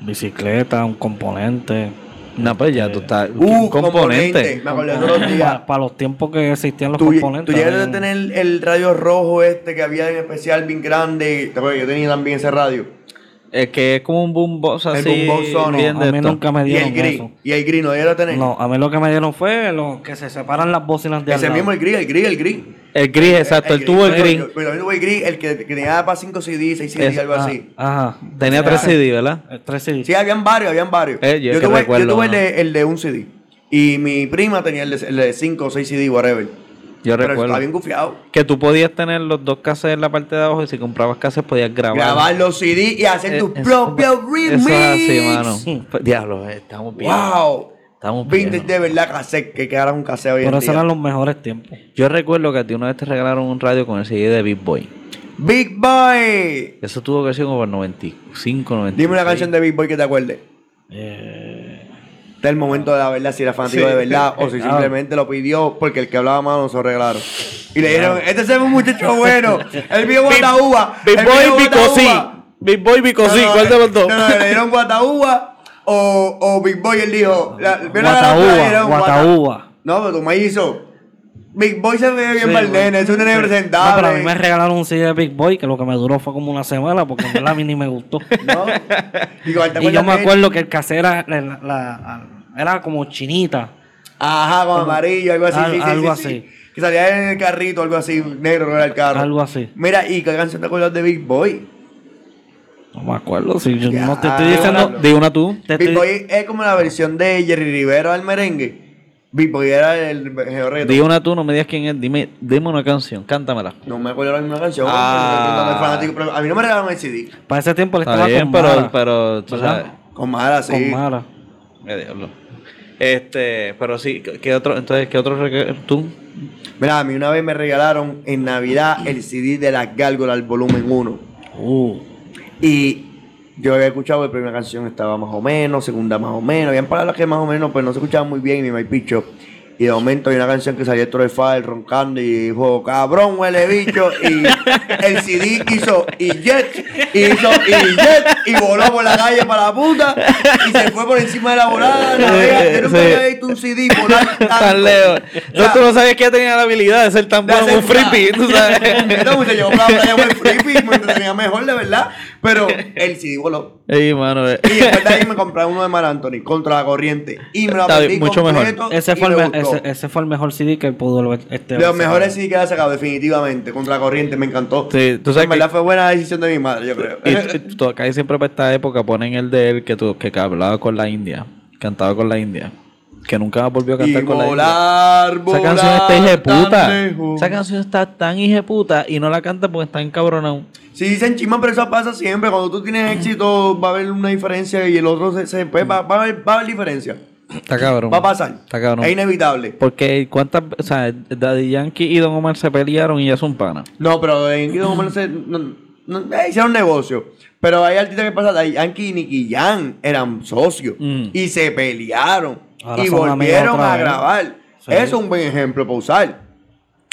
C: Bicicleta, un componente.
B: No, pues ya tú estás.
A: Uh, componente. Me acordé de otros días.
C: Para los tiempos que existían los
A: Tú, lle- tú
C: componentes.
A: llegaste
C: habían-
A: a tener el, radio rojo este que había en especial bien grande. ¿Te acuerdas? Yo tenía también ese radio.
B: Es que es como un boombox
A: El
B: así.
A: boombox Sony.
B: bien
C: No,
B: de
C: a mí
B: esto.
C: nunca me
A: Y el
C: dieron
A: gris.
C: eso.
A: Y el gris, ¿no llegaste a tener?
C: No, a mí lo que me dieron fue los que se separan las bocinas de al
A: Ese
C: lado.
A: mismo, el gris, el gris, Eh, el gris.
B: El gris, exacto. El, tubo el gris.
A: Pero, pero el tubo el gris, el que, que tenía para 5 CD, 6 CD,
B: Es-
A: algo
C: Ah,
A: así.
C: Ajá.
B: Tenía tres CD, ¿verdad?
C: Eh, Tres CD.
A: Sí, habían varios, habían varios.
B: Eh, yo
A: yo,
B: que
A: tuve,
B: recuerdo,
A: yo tuve el,
B: ¿no?
A: de, el de un CD. Y mi prima tenía el de, el de 5 o 6 CD, whatever.
B: Yo
A: Pero
B: recuerdo.
A: estaba bien gufiado.
B: Que tú podías tener los dos cassettes en la parte de abajo y si comprabas cassettes podías grabar.
A: Grabar los CD y hacer
B: Ah, Eh,
A: tus
B: eso-
A: propios remix.
B: Eso es así, mano. Pues, Diablo, eh, estamos bien.
A: Wow.
B: Estamos bien.
A: Vintage de verdad cassette, que quedara un cassette hoy en
C: Pero
A: día.
C: esos eran los mejores tiempos.
B: Yo recuerdo que a ti una vez te regalaron un radio con el CD de Big Boy.
A: Big Boy.
B: Eso tuvo que ser como para 95, 96.
A: Dime una canción de Big Boy que te acuerdes.
C: Eh, Ah.
A: Está el momento de la verdad, si era fanático de verdad o si simplemente lo pidió porque el que hablaba más no se lo regalaron. Y le dijeron,
C: Ah.
A: este es un muchacho bueno. El viejo Guataúba.
B: Big
A: el
B: Boy
A: viejo
B: Bicosí.
A: Guataúba".
B: Big Boy Bicosí,
A: No, no,
B: ¿cuál de los dos?
A: No, no, le dieron Guataúba o, o Big Boy, él dijo. La, vieron la gata, le
C: Guataúba,
A: dieron Guata-
C: Guataúba.
A: No, pero tú me hizo. Big Boy se ve bien
C: Sí,
A: para el
C: bueno.
A: nene, es un nene presentable.
C: No, pero a mí me regalaron un CD de Big Boy que lo que me duró fue como una semana porque en verdad a mí ni me gustó.
A: ¿No? Igual, ¿te
C: Y yo me
A: acuerdas que-
C: acuerdo que el casera era, la- la- era como chinita.
A: Ajá, con amarillo, algo así.
C: Al-
A: sí, sí,
C: algo
A: sí,
C: así.
A: sí. Que salía en el carrito, algo así, negro, no era el carro.
C: Algo así.
A: Mira, ¿y qué canción te acuerdas de Big Boy?
C: No me acuerdo. Si yo no te estoy
A: Ya,
C: diciendo.
A: diablo.
B: Di una tú.
C: te
A: Big
C: estoy-
A: Boy es como la versión de Jerry Rivera al merengue. Big Boy era el mejor
B: Di una tú, no me digas quién es. Dime, dime una canción, cántamela.
A: No me acuerdo la misma canción.
B: Ah.
A: porque no soy fanático, pero a mí no me regalaron el CD.
C: Para ese tiempo le
B: Está
C: estaba
B: bien,
C: con
B: pero,
C: Mara.
B: pero tú
C: ¿verdad?
B: sabes.
A: Con Mara, sí.
C: Con Mara.
B: Eh, diablo. Este, pero sí, ¿qué qué otro? Entonces, ¿qué otro recuerdo tú?
A: Mira, a mí una vez me regalaron en Navidad el CD de Las Gárgolas, el volumen 1.
C: Uh,
A: Y yo había escuchado que la primera canción estaba más o menos, segunda más o menos. Habían palabras que más o menos, pues no se escuchaban muy bien, ni me picho. Y de momento hay una canción que salió de File roncando y dijo, cabrón, huele bicho. Y el CD hizo y jet, hizo y jet, y voló por la calle para la puta, y se fue por encima de la volada. la vega. Yo nunca
B: Sí.
A: había visto un CD volar tanto.
B: Tan lejos.
A: O sea,
B: No, tú no sabías que ella tenía la habilidad de ser tan
A: de
B: bueno en
A: hacer
B: un frisbee,
A: una-
B: tú sabes.
A: Entonces, se llevó por la playa con el frisbee, me entretenía mejor, de verdad. Pero el CD voló.
B: Ey, mano, eh.
A: Y después de ahí me compré uno de Mar Anthony contra la corriente. Y me lo
B: Está bien,
A: aprendí
B: mucho
A: completo
C: ese,
A: y
C: fue
A: me
C: el me-
A: gustó.
C: ese, ese fue el mejor CD que pudo lo- este.
A: De los mejores sí que ha sacado, definitivamente. Contra la corriente, me encantó.
B: Sí, tú sabes
A: en verdad
B: que-
A: fue buena decisión de mi madre, yo creo.
B: Y t- t- to- casi siempre para esta época ponen el de él que, tu- que hablaba con la India. Cantaba con la India. Que nunca volvió a
A: Y
B: cantar con la India.
A: volar,
B: Esa
A: volar.
B: canción está
A: tan
B: hijeputa.
A: lejos.
B: Esa canción está tan hijeputa y no la canta porque está encabronado.
A: Sí, dicen chisma, pero eso pasa siempre. Cuando tú tienes éxito, va a haber una diferencia y el otro se, se- pues, va, va a haber, va a haber diferencia.
B: Está cabrón.
A: Va a pasar.
B: Está cabrón.
A: Es inevitable.
B: Porque cuántas, o sea, Daddy Yankee y Don Omar se pelearon y ya son pana.
A: No, pero en Kingdom Come no sé, no- no- eh, hicieron negocio. Pero hay artistas que pasa, Daddy Yankee y Nicky Jam eran socios
B: Mm.
A: y se pelearon
C: Ahora
A: y
C: son amigos
A: volvieron
C: otra
A: a
C: vez.
A: grabar.
C: Sí.
A: Eso es un buen ejemplo para usar.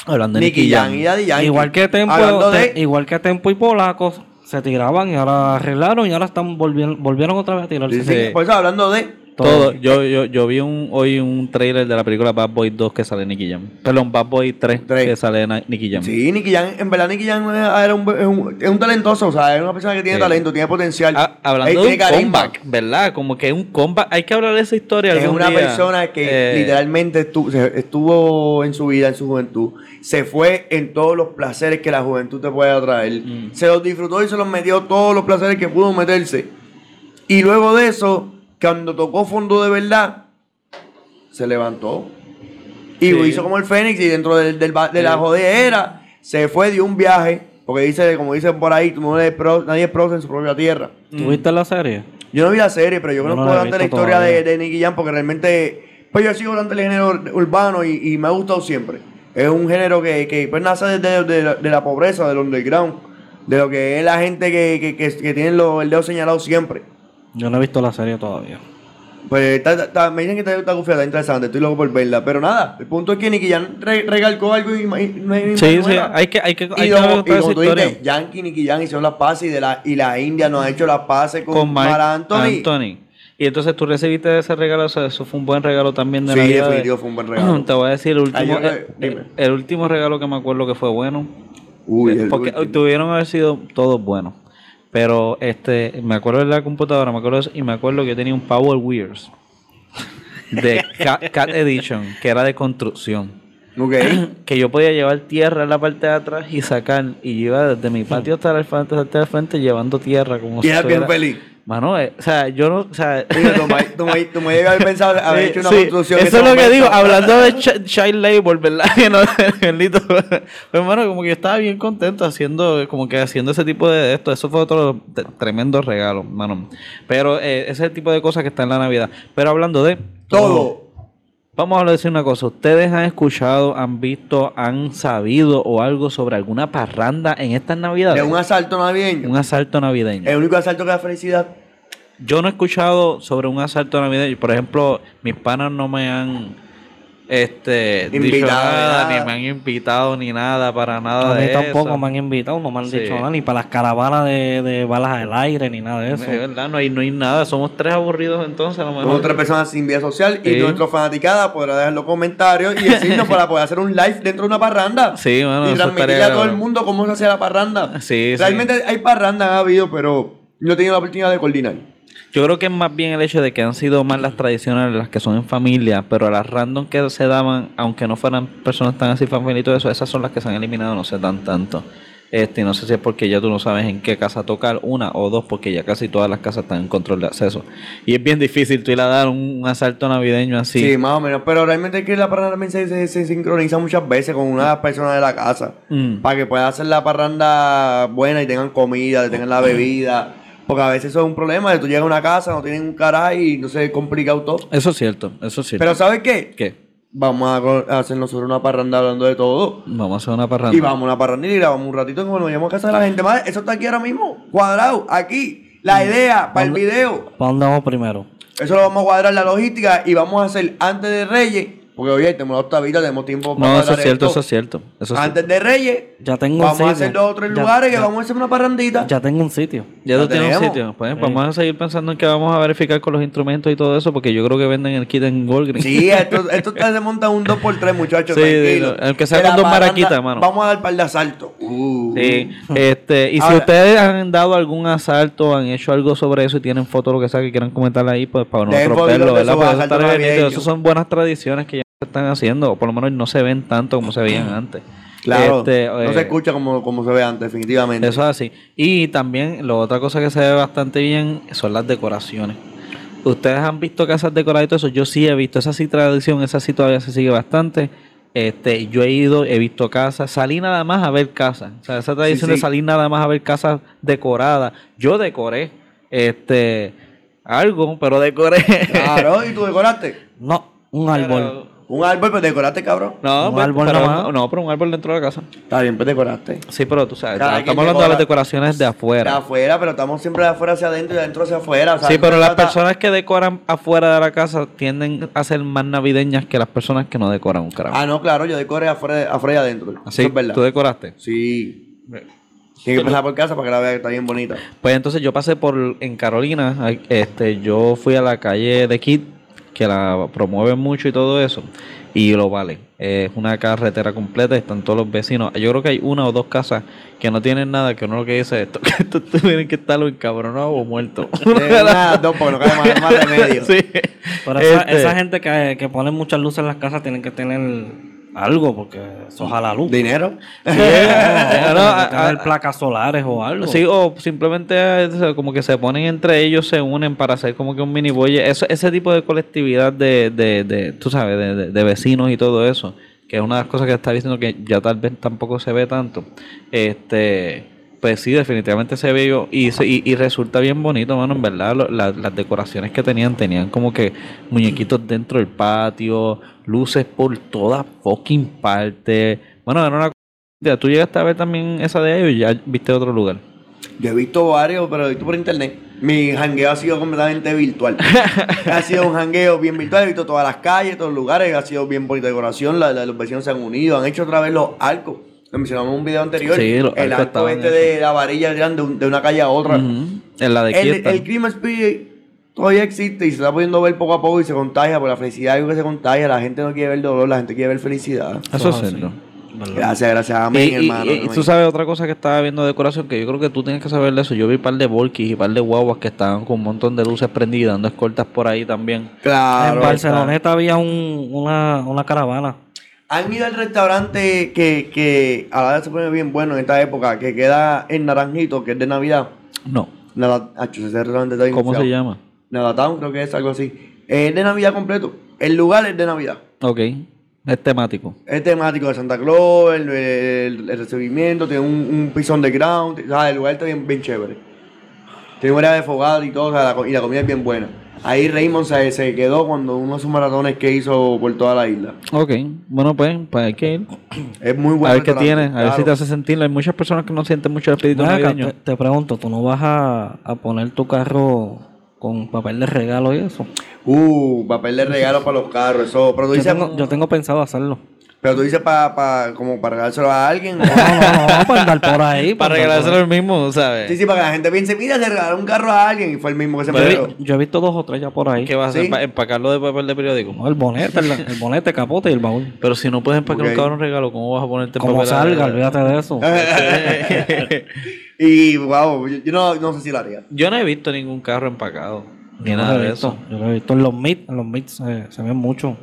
B: Hablando de
A: Nicky Jam y Daddy Yankee.
C: Igual que Tempo,
A: Hablando de-
C: te- igual que Tempo y Polacos se tiraban y ahora arreglaron y ahora están volvieron, volvieron otra vez a tirarse.
A: Sí, sí, Por eso hablando de.
B: Todo. Yo, yo, yo vi un, hoy un trailer de la película Bad Boys 2 que sale Nicky Jam. Perdón, Bad Boys 3,
A: Tres.
B: que sale Na- Nicky Jam.
A: Sí, Nicky Jam, en verdad Nicky Jam era un, es un, es un talentoso, o sea, es una persona que tiene
B: Sí.
A: talento, tiene potencial.
B: Ah,
A: Ey,
B: hablando de
A: tiene
B: un
A: carisma.
B: comeback, ¿verdad? Como que es un comeback. Hay que hablar de esa historia
A: Es
B: algún
A: una
B: día.
A: persona que
B: Eh,
A: literalmente estu- se- estuvo en su vida, en su juventud, se fue en todos los placeres que la juventud te puede atraer.
B: Mm.
A: Se los disfrutó y se los metió todos los placeres que pudo meterse. Y luego de eso, cuando tocó fondo de verdad, se levantó. Y
B: Sí.
A: hizo como el Fénix y dentro del, del ba- de la
B: Sí.
A: jodera se fue de un viaje. Porque dice, como dicen por ahí, tú no eres pro- nadie es pro en su propia tierra.
C: ¿Tuviste la serie?
A: Yo no vi la serie, pero yo
C: Yo no
A: conozco
C: la he
A: bastante la
C: visto
A: historia de,
C: todavía.
A: de Nicky Jam porque realmente, pues yo sigo bastante el género ur- urbano y, y me ha gustado siempre. Es un género que, que pues, nace desde de la, de la pobreza, del underground, de lo que es la gente que, que, que, que tiene lo- el dedo señalado siempre.
C: Yo no he visto la serie todavía.
A: Pues ta- ta- ta- me dicen que está, está gufiada, está interesante, estoy loco por verla. Pero nada, el punto es que Nicky Jan re- recalcó algo y ma- y no hay
B: Sí, sí,
A: nueva.
B: hay que, hay que, hay
A: y
B: que
A: como,
B: ver toda
A: y
B: esa
A: como tú
B: historia.
A: dijiste, Yankee, Nicky Jan hicieron las pases y, de la, y la India nos ha hecho las pases con,
B: con Mark
A: Mar Anthony.
B: Anthony. Y entonces tú recibiste ese regalo, o sea, eso fue un buen regalo también de
A: Sí,
B: Navidad.
A: definitivo, fue un buen regalo.
B: Te voy a decir, el último,
A: Ayer,
B: el,
A: eh, dime.
B: el último regalo que me acuerdo que fue bueno,
A: Uy, el
B: porque
A: último.
B: tuvieron haber sido todos buenos. Pero este, me acuerdo de la computadora, me acuerdo de eso, y me acuerdo que yo tenía un Power Wears de Cat, Cat Edition, que era de construcción.
A: Ok.
B: Que yo podía llevar tierra en la parte de atrás y sacar, y yo iba desde mi patio hasta el frente, hasta el frente llevando tierra como
A: Y era bien
B: fuera-
A: feliz.
B: Mano, eh, o sea, yo no, o sea,
A: Oye, tú me- tú me- tú me debes haber pensado haber
B: eh,
A: hecho una
B: sí,
A: construcción. en
B: Eso
A: ese
B: es lo que
A: momento.
B: digo, hablando de chi- child labor, ¿verdad? Que no, bendito. Pero hermano, como que yo estaba bien contento haciendo, como que haciendo ese tipo de esto. Eso fue otro t- tremendo regalo, hermano. Pero eh, ese tipo de cosas que está en la Navidad. Pero hablando de
A: Todo.
B: Vamos a decir una cosa, ¿ustedes han escuchado, han visto, han sabido o algo sobre alguna parranda en estas navidades?
A: De un asalto navideño.
B: Un asalto navideño.
A: El único asalto que da felicidad.
B: Yo no he escuchado sobre un asalto navideño. Por ejemplo, mis panas no me han este, dicho
A: Invitado,
B: nada,
A: nada.
B: ni me han invitado, ni nada, para nada
A: Ah,
C: A mí
B: de
C: tampoco
B: eso.
C: me han invitado, no me han
B: Sí.
C: dicho nada, ni para las caravanas de, de balas al aire, ni nada de eso.
B: Es verdad, no hay, no hay nada. Somos tres aburridos entonces, a lo mejor.
A: Somos tres personas sin vida social y
B: Sí.
A: nuestro fanaticada podrá dejar los comentarios y decirnos para poder hacer un live dentro de una parranda.
B: Sí, bueno,
A: y
B: eso
A: transmitirle
B: estaría
A: a todo el
B: cabrón.
A: mundo cómo se hace la parranda.
B: Sí, sí.
A: Realmente hay parrandas, ha habido, pero no he tenido la oportunidad de coordinar.
B: Yo creo que es más bien el hecho de que han sido más las tradicionales, las que son en familia, pero las random que se daban, aunque no fueran personas tan así familia y todo eso, esas son las que se han eliminado, no se dan tanto. Este, y no sé si es porque ya tú no sabes en qué casa tocar, una o dos, porque ya casi todas las casas están en control de acceso. Y es bien difícil tú ir a dar un, un asalto navideño así.
A: Sí. más o menos. Pero realmente es que la parranda también se, se- se sincroniza muchas veces con una de las personas de la casa.
B: Mm.
A: Para que puedan hacer la parranda buena y tengan comida, tengan la bebida. Porque a veces eso es un problema. de Tú llegas a una casa, no tienen un carajo y no se complica todo.
B: Eso es cierto, eso es cierto.
A: Pero ¿sabes qué?
B: ¿Qué?
A: Vamos a co- a hacer nosotros una parranda hablando de todo.
B: Vamos a hacer una parranda.
A: Y vamos a una parrandita y grabamos un ratito como nos llevamos a casa de la gente. Madre, eso está aquí ahora mismo, cuadrado, aquí. La idea para el video.
C: ¿Para dónde vamos primero?
A: Eso lo vamos a cuadrar la logística y vamos a hacer antes de Reyes. Porque oye, tenemos la octavita, tenemos tiempo para
B: No, eso
A: cuadrar
B: es
A: esto.
B: cierto,
A: Ah,
B: eso es cierto. Eso es cierto.
A: Antes de Reyes,
C: Ya tengo
A: vamos
C: un
A: a
C: sitio.
A: hacer dos o tres
C: Ya-
A: lugares que
C: ya-
A: vamos a hacer una parrandita.
C: Ya tengo un sitio.
B: Ya
A: Ya
B: tú tienes un
A: tenemos.
B: sitio. Pues vamos a seguir pensando en que vamos a verificar con los instrumentos y todo eso, porque yo creo que venden el kit en Walgreens.
A: Sí, esto, esto está- se monta un 2x3, muchachos.
B: Sí,
A: tranquilo.
B: sí, aunque sea
A: Que
B: con
A: la
B: dos
A: parranda-
B: maraquitas, mano.
A: Vamos a dar par de asalto. Uh.
B: Sí, este, y si
A: Ahora-
B: ustedes han dado algún asalto, han hecho algo sobre eso y tienen fotos, lo que sea, que quieran comentar ahí, pues para no
A: Dejen
B: romperlo,
A: fotitos de
B: ¿verdad?
A: esos
B: Porque eso
A: asaltos
B: estaría bien nítido.
A: navideños.
B: Esas son buenas tradiciones que ya se están haciendo, o por lo menos no se ven tanto como se veían antes.
A: Claro.
B: Este,
A: no
B: eh,
A: se escucha como, como se ve antes, definitivamente.
B: Eso es así. Y también, la otra cosa que se ve bastante bien son las decoraciones. Ustedes han visto casas decoradas y todo eso. Yo sí he visto esa sí tradición, esa sí todavía se sigue bastante. Este, yo he ido, he visto casas, salí nada más a ver casas. O sea, esa tradición de
A: sí.
B: salir nada más a ver casas decoradas. Yo decoré, este, algo, pero decoré.
A: Claro, y tú decoraste.
C: No, un árbol.
A: Un árbol, pues decoraste, cabrón.
B: No,
C: Un
B: pues,
C: árbol
B: pero,
C: nada más.
B: no, pero un árbol dentro de la casa.
A: Está bien, pues decoraste.
B: Sí, pero tú sabes,
A: Cada quien
B: estamos hablando de las
A: decora-
B: decoraciones de
A: De
B: afuera.
A: afuera, pero estamos siempre de afuera hacia adentro y de adentro hacia afuera. o sea,
B: sí,
A: no
B: pero
A: se
B: las
A: trata-
B: personas que decoran afuera de la casa tienden a ser más navideñas que las personas que no decoran un carajo.
A: Ah, no, claro, yo decoré afuera, afuera y adentro.
B: Así,
A: Eso es verdad.
B: Ah, tú decoraste.
A: Sí. Tiene que pasar por casa para que la vea que está bien bonita.
B: Pues entonces yo pasé por en Carolina, ay, este, yo fui a la calle de Kid, que la promueven mucho y todo eso, y lo vale. Es una carretera completa, están todos los vecinos. Yo creo que hay una o dos casas que no tienen nada, que uno lo que dice es esto, que esto tienen que estar o encabronados o muertos. Una de
A: Eh,
B: las
A: una, dos, porque no cae más, más remedio.
B: Sí.
C: Pero esa,
B: Este,
C: esa gente que, que pone muchas luces en las casas tienen que tener algo, porque eso jala luz.
A: ¿Dinero?
B: sí,
C: No,
B: Eh, no,
C: tienen
B: a-
C: que tener
B: a-
C: placas solares o algo.
B: Sí, o simplemente eh, o sea, como que se ponen entre ellos, se unen para hacer como que un mini bolle. Eso, ese tipo de colectividad de, de, de tú sabes, de, de- de vecinos y todo eso, que es una de las cosas que está diciendo que ya tal vez tampoco se ve tanto. Este, pues sí, definitivamente se ve yo- y, se- y, y resulta bien bonito, mano, en verdad. lo- la- las decoraciones que tenían, tenían como que muñequitos dentro del patio, luces por toda fucking parte. Bueno, era una... Ya, tú llegaste a ver también esa de ellos y ya viste otro lugar.
A: Yo he visto varios, pero he visto por internet. Mi jangueo ha sido completamente virtual. ha sido un jangueo bien virtual. He visto todas las calles, todos los lugares. Ha sido bien por decoración. La, la- los vecinos se han unido. Han hecho otra vez los arcos. Lo mencionamos en un video anterior.
B: Sí, los
A: el
B: arcos
A: arco
B: estaban
A: este
B: hechos.
A: de la varilla grande de un- de una calle a otra.
B: Ujú. En la de
A: El,
B: Kiesta.
A: el crimen speed todavía existe y se está pudiendo ver poco a poco y se contagia. Por la felicidad es algo que se contagia. La gente no quiere ver dolor, la gente quiere ver felicidad.
B: Eso es
C: así.
B: cierto.
C: ¿Verdad?
A: Gracias, gracias.
B: Y,
A: Amén,
B: y-
A: hermano.
B: y- y tú sabes otra cosa que estaba viendo de decoración que yo creo que tú tienes que saber de eso. Yo vi un par de volkis y un par de guaguas que estaban con un montón de luces prendidas, dando escoltas por ahí también.
A: Claro.
C: en Barceloneta había un- una, una caravana.
A: Han ido al restaurante que, que ahora se pone bien bueno en esta época, que queda en Naranjito, que es de Navidad.
B: No.
A: Nada, acho, ese restaurante está bien
B: ¿Cómo se
A: confiado.
B: llama?
A: Nadatown, creo que es algo así. Es de Navidad completo. El lugar es de Navidad.
B: Ok. Es temático.
A: Es temático de Santa Claus, el, el- el recibimiento, tiene un, un piso underground. O sea, el lugar está bien, bien chévere. Tiene un área de fogata y todo, o sea, la co- y la comida es bien buena. Ahí Raymond se, se quedó cuando uno de sus maratones que hizo por toda la isla.
B: Ok. Bueno, pues, pues hay que ir.
A: Es muy bueno.
B: A ver qué
A: restaurante,
B: tiene, a ver si
A: claro.
B: te hace sentirlo. Hay muchas personas que no sienten mucho el espíritu
C: Ven acá,
B: navideño.
C: te, te pregunto, ¿tú no vas a, a poner tu carro con papel de regalo y eso?
A: Uh, papel de regalo para los carros, eso. Pero tú
C: Yo
A: dices,
C: tengo, yo tengo pensado hacerlo.
A: pero tú dices para, para, como para regalárselo a alguien. ¿no?
C: No, no, no, para andar por ahí.
B: Para
C: pues, pa' andar por
B: regalárselo el mismo,
A: sí,
B: ¿sabes?
A: sí, para que la gente piense, mira, le regaló un carro a alguien y fue el mismo que se
B: Pero-
A: perdió.
C: ahí. Yo he visto dos o tres ya por ahí.
B: ¿Qué vas a hacer?
A: Sí.
B: Pa- ¿Empacarlo de papel de periódico?
C: No, el bonete, el, el bonete, el capote y el baúl.
B: Pero si no puedes empacar
A: Ok.
B: un cabrón regalo, ¿cómo vas a ponerte
C: Como
B: papel de-
C: salga, olvídate de eso.
A: Y wow, yo, yo no, no sé si lo haría.
B: Yo no he visto ningún carro empacado. Ni
C: Yo
B: nada
C: lo he
B: de
C: visto,
B: eso.
C: Yo lo he visto en los meets, en los meets eh, se ven mucho.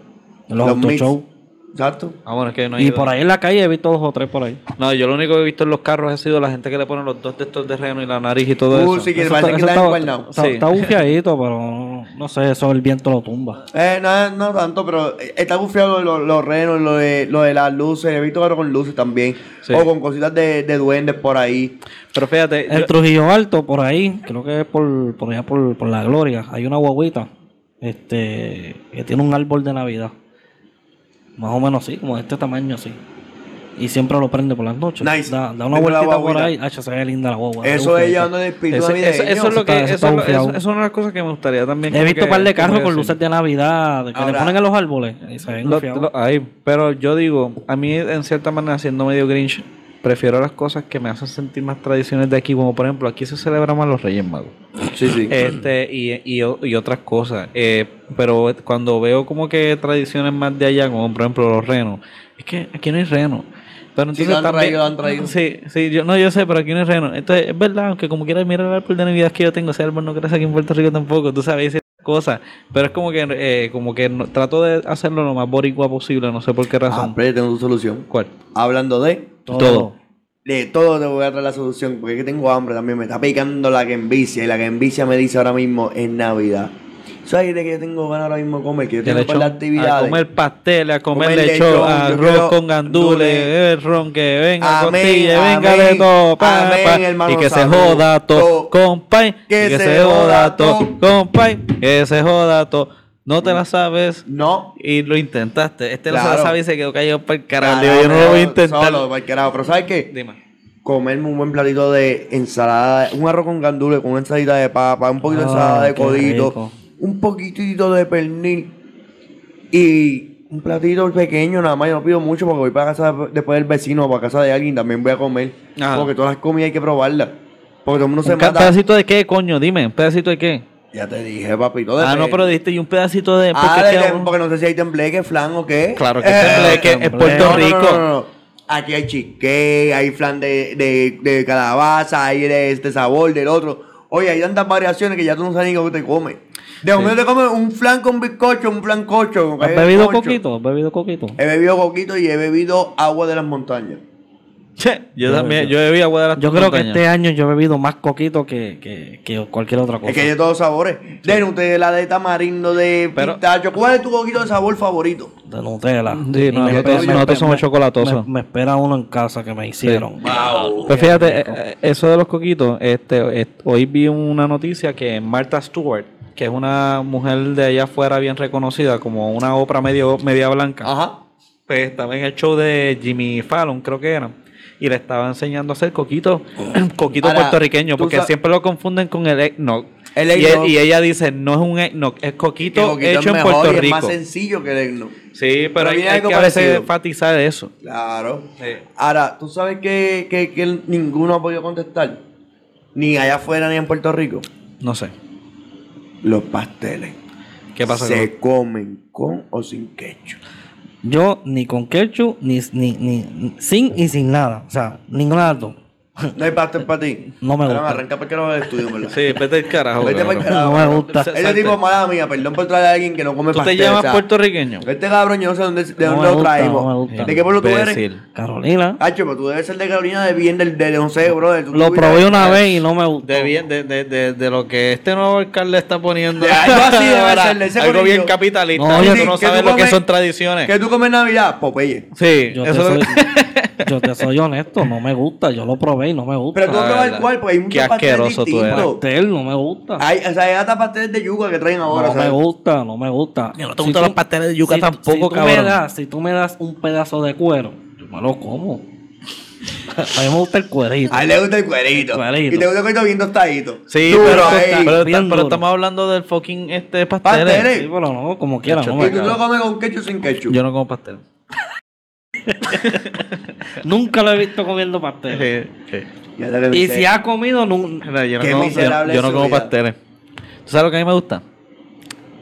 C: En los,
A: Los
C: auto
A: meets.
C: show.
A: Exacto.
B: Ah, bueno, es que no he
C: Y
B: ido.
C: por ahí en la calle he visto dos o tres por ahí.
B: No, yo lo único que he visto en los carros ha sido la gente que le pone los dos de estos de reno y la nariz y todo
A: Uh,
B: eso.
A: sí que
C: Eso
A: parece que
C: está- eso
A: está
C: está-
A: encuernado.
C: Está,
B: Sí.
C: está bufiadito, pero no, no sé, eso el viento lo tumba.
A: Eh, no, no tanto, pero eh, está bufiado lo, lo- los renos, lo de, lo de las luces. He visto carros con luces también.
B: Sí.
A: O con cositas de, de duendes por ahí.
B: Pero fíjate, yo-
C: En Trujillo Alto, por ahí, creo que es por, por allá por, por la gloria, hay una guaguita este, que tiene un árbol de Navidad. Más o menos así, como de este tamaño así. Y siempre lo prende por las noches.
A: Nice.
C: Da, da una
A: Prende la
C: vueltita por
A: guaguita.
C: ahí. Ah, se ve linda la guagua.
A: eso es
C: Uf,
A: llevando el espíritu
B: ese- eso,
A: navideño.
B: eso es
C: Eso
B: lo que,
C: está- eso
B: eso,
C: está
B: es lo-
C: bufiado.
B: eso- eso es una cosa que me gustaría también.
C: He
B: como
C: visto
B: que-
C: un par de carros
B: como
C: con
B: decir.
C: luces de Navidad que
A: Ahora-
C: le ponen a los árboles. Y se ven
B: Lo-
C: gufiados.
B: lo- ay, pero yo digo, a mí en cierta manera, siendo medio grinch, prefiero las cosas que me hacen sentir más tradiciones de aquí, como por ejemplo, aquí se celebran más los Reyes Magos.
A: Sí, sí.
B: Este, y, y, o- y otras cosas. Eh, pero cuando veo como que tradiciones más de allá, como por ejemplo los renos, es que aquí no hay reno. Pero
A: Sí,
B: entonces
A: lo han
B: también-
A: traído, lo han traído.
B: Sí, sí, yo, no, yo sé, pero aquí no hay reno. Entonces, es verdad, aunque como quiera mirar el árbol de Navidad que yo tengo, ese árbol no crece aquí en Puerto Rico tampoco, tú sabes, esas cosas. Pero es como que, eh, como que no- trato de hacerlo lo más boricua posible, no sé por qué
A: Ah,
B: razón.
A: hombre, tengo una solución.
B: ¿Cuál?
A: Hablando de.
C: Todo.
A: De todo te voy a traer la solución, porque es que tengo hambre también. Me está picando la que envicia, y la que envicia me dice ahora mismo es Navidad. ¿Sabes de que tengo ganas ahora mismo de comer? Que yo
B: El
A: tengo para
B: lechón,
A: las
B: a
A: actividades.
B: comer pasteles, a comer,
A: Comer
B: lechón,
A: lechón, yo quiero
B: arroz con gandules,
A: gandules.
B: el ron que venga
A: Amén,
B: costilla, venga
A: amén,
B: de todo, pa,
A: amén,
B: pa,
A: hermano
B: y que se
A: Samuel.
B: joda
A: To-
B: todo, compay,
A: que
B: y que
A: se
B: se
A: joda
B: joda todo,
A: to.
B: compay, que se joda todo, no te la sabes
A: No.
B: y lo intentaste, este no se
A: Claro.
B: la sabe y se quedó callado para el carajo,
A: Carajo,
B: yo no lo voy a intentar,
A: Solo, para el carajo. Pero ¿sabes qué?
B: Dime.
A: Comerme un buen platito de ensalada, un arroz con gandules, con una ensaladita de papa, un poquito de
C: Ah,
A: ensalada de
C: qué
A: codito,
C: rico.
A: un poquitito de pernil y un platito pequeño nada más. Yo no pido mucho porque voy para casa de- después del vecino o para casa de alguien también voy a comer.
B: Ajá.
A: Porque todas las comidas hay que probarlas. Porque todo el mundo se
B: un ca-
A: mata.
B: pedacito de qué, coño, dime, un pedacito de qué,
A: Ya te dije, papito. de
B: ah, no,
A: pe-
B: pero diste y un pedacito de,
A: Ah,
B: porque
A: de
B: queda
A: tem-
B: un-
A: porque no sé si hay tembleque, flan o qué.
B: Claro que
A: Eh,
B: tembleque, es Puerto
A: no, no, no,
B: Rico.
A: no, no, no. Aquí hay chique, hay flan de, de, de calabaza, hay de este sabor, del otro. Oye, hay tantas variaciones que ya tú no sabes ni cómo te comes. De momento te comes un flan con bizcocho, un flan cocho.
C: ¿Has
A: hay
C: bebido
A: cocho.
C: coquito? ¿Has bebido coquito?
A: He bebido coquito y he bebido agua de las montañas.
B: Che, yo también, yo bebí agua de las
C: Yo creo que
B: montañas.
C: este año yo he bebido más coquito que, que, que cualquier otra cosa.
A: Es que hay de todos sabores. De Nutella, de tamarindo, de
B: Pero-
A: pistacho. ¿Cuál es tu coquito de sabor favorito?
C: De Nutella.
B: Sí,
C: Y
B: no,
C: me
B: nosotros-
C: espera-
B: nosotros somos
C: me-
B: chocolatosos.
C: Me, me espera uno en casa que me hicieron.
B: Pues fíjate, eh, eh, eso de los coquitos, este, eh, hoy vi una noticia que Martha Stewart, que es una mujer de allá afuera bien reconocida, como una
A: Ah.
B: Oprah medio, media blanca,
A: Ajá.
B: pues estaba en el show de Jimmy Fallon, creo que era, y le estaba enseñando a hacer coquito, coquito
A: Ahora,
B: puertorriqueño,
A: tú
B: porque
A: sab-
B: siempre lo confunden con el eggnog.
A: El
B: y, e,
A: eggnog.
B: y ella dice, no es un eggnog, es coquito,
A: Que Coquito es
B: hecho en
A: mejor
B: Puerto
A: y Es
B: Rico.
A: más sencillo que el eggnog.
B: Sí, pero
A: Pero
B: hay,
A: viene
B: hay
A: algo
B: que a veces
A: parecido.
B: enfatizar eso.
A: Claro.
B: Sí.
A: Ahora, ¿tú sabes que, que, que ninguno ha podido contestar? Ni allá afuera ni en Puerto Rico.
B: No sé.
A: Los pasteles.
B: ¿Qué pasa con-
A: ¿Se comen con o sin ketchup?
C: Yo ni con ketchup, ni, ni, ni sin y sin nada. O sea, ninguna de las dos.
A: No hay pastel para ti.
C: No me gusta.
A: Ahora me arranca porque no el estudio, ¿verdad?
B: Sí, vete al carajo.
A: Vete pa'l
B: cabrón.
A: carajo.
C: No me gusta.
B: Ah, Se-
A: Este
B: salte.
A: tipo, mala mía, perdón por traer a alguien que no come
B: Tú te
A: pastel.
B: llamas
A: o sea,
B: puertorriqueño.
A: Este cabrón, yo no sé dónde, de
C: No
A: dónde
C: me
A: lo
C: gusta,
A: traímos.
C: no me gusta.
A: ¿De qué pueblo tú eres?
B: Imbécil.
C: Carolina.
A: Hacho, pero tú debes ser de Carolina de bien del, del 11, bro. de tu-
C: Lo
A: Ah, tú-
C: probé una vez y no me gustó.
B: De, bien, de, de, de, de lo que este nuevo alcalde está poniendo.
A: De algo así debe ser, de ese
B: Algo bien
A: corillo.
B: capitalista.
C: No,
B: Oye,
C: yo-
B: tú no
A: que
B: sabes
A: tú
B: lo que
A: comes-
B: son tradiciones.
A: ¿Qué tú comes en Navidad? Popeye.
B: Sí,
C: Yo
B: eso
C: te,
B: es lo
C: soy,
B: que-
C: yo te soy honesto, no me gusta. Yo lo probé y no me gusta.
A: Pero tú no
B: Ah,
A: pruebas
B: verdad.
A: el cual, porque hay
B: Qué
A: muchos pasteles
B: asqueroso tú
A: distintos.
C: pastel no me gusta.
A: Hay, o sea, hay hasta pasteles de yuca que traen ahora.
C: no me
A: ¿sabes?
C: gusta, no me gusta.
B: no te gustan los pasteles de yuca
C: si-
B: tampoco,
C: si tú me
B: cabrón.
C: das- si tú me das un pedazo de cuero, yo me lo como. A mí me gusta el cuerito.
A: A él le gusta el cuerito.
C: Cuerito.
A: Y te gusta el cuerito bien tostadito.
B: Sí,
A: Duro
B: pero,
A: ahí.
B: pero,
C: Bien
B: pero
C: duro.
B: estamos hablando del fucking este pastel.
A: Pasteles.
C: Sí, pero no, como quiera, no
A: Y
C: me
A: tú
C: cabe.
A: lo comes con ketchup o sin ketchup.
B: Yo no como pastel.
C: Nunca lo he visto comiendo pastel.
A: Ya te lo
C: Y
A: dije.
C: si ha comido, nun-
B: No, yo no
A: Qué
B: como,
A: miserable
B: yo- yo no
A: es su
B: como
A: vida.
B: pasteles. ¿Tú sabes lo que a mí me gusta?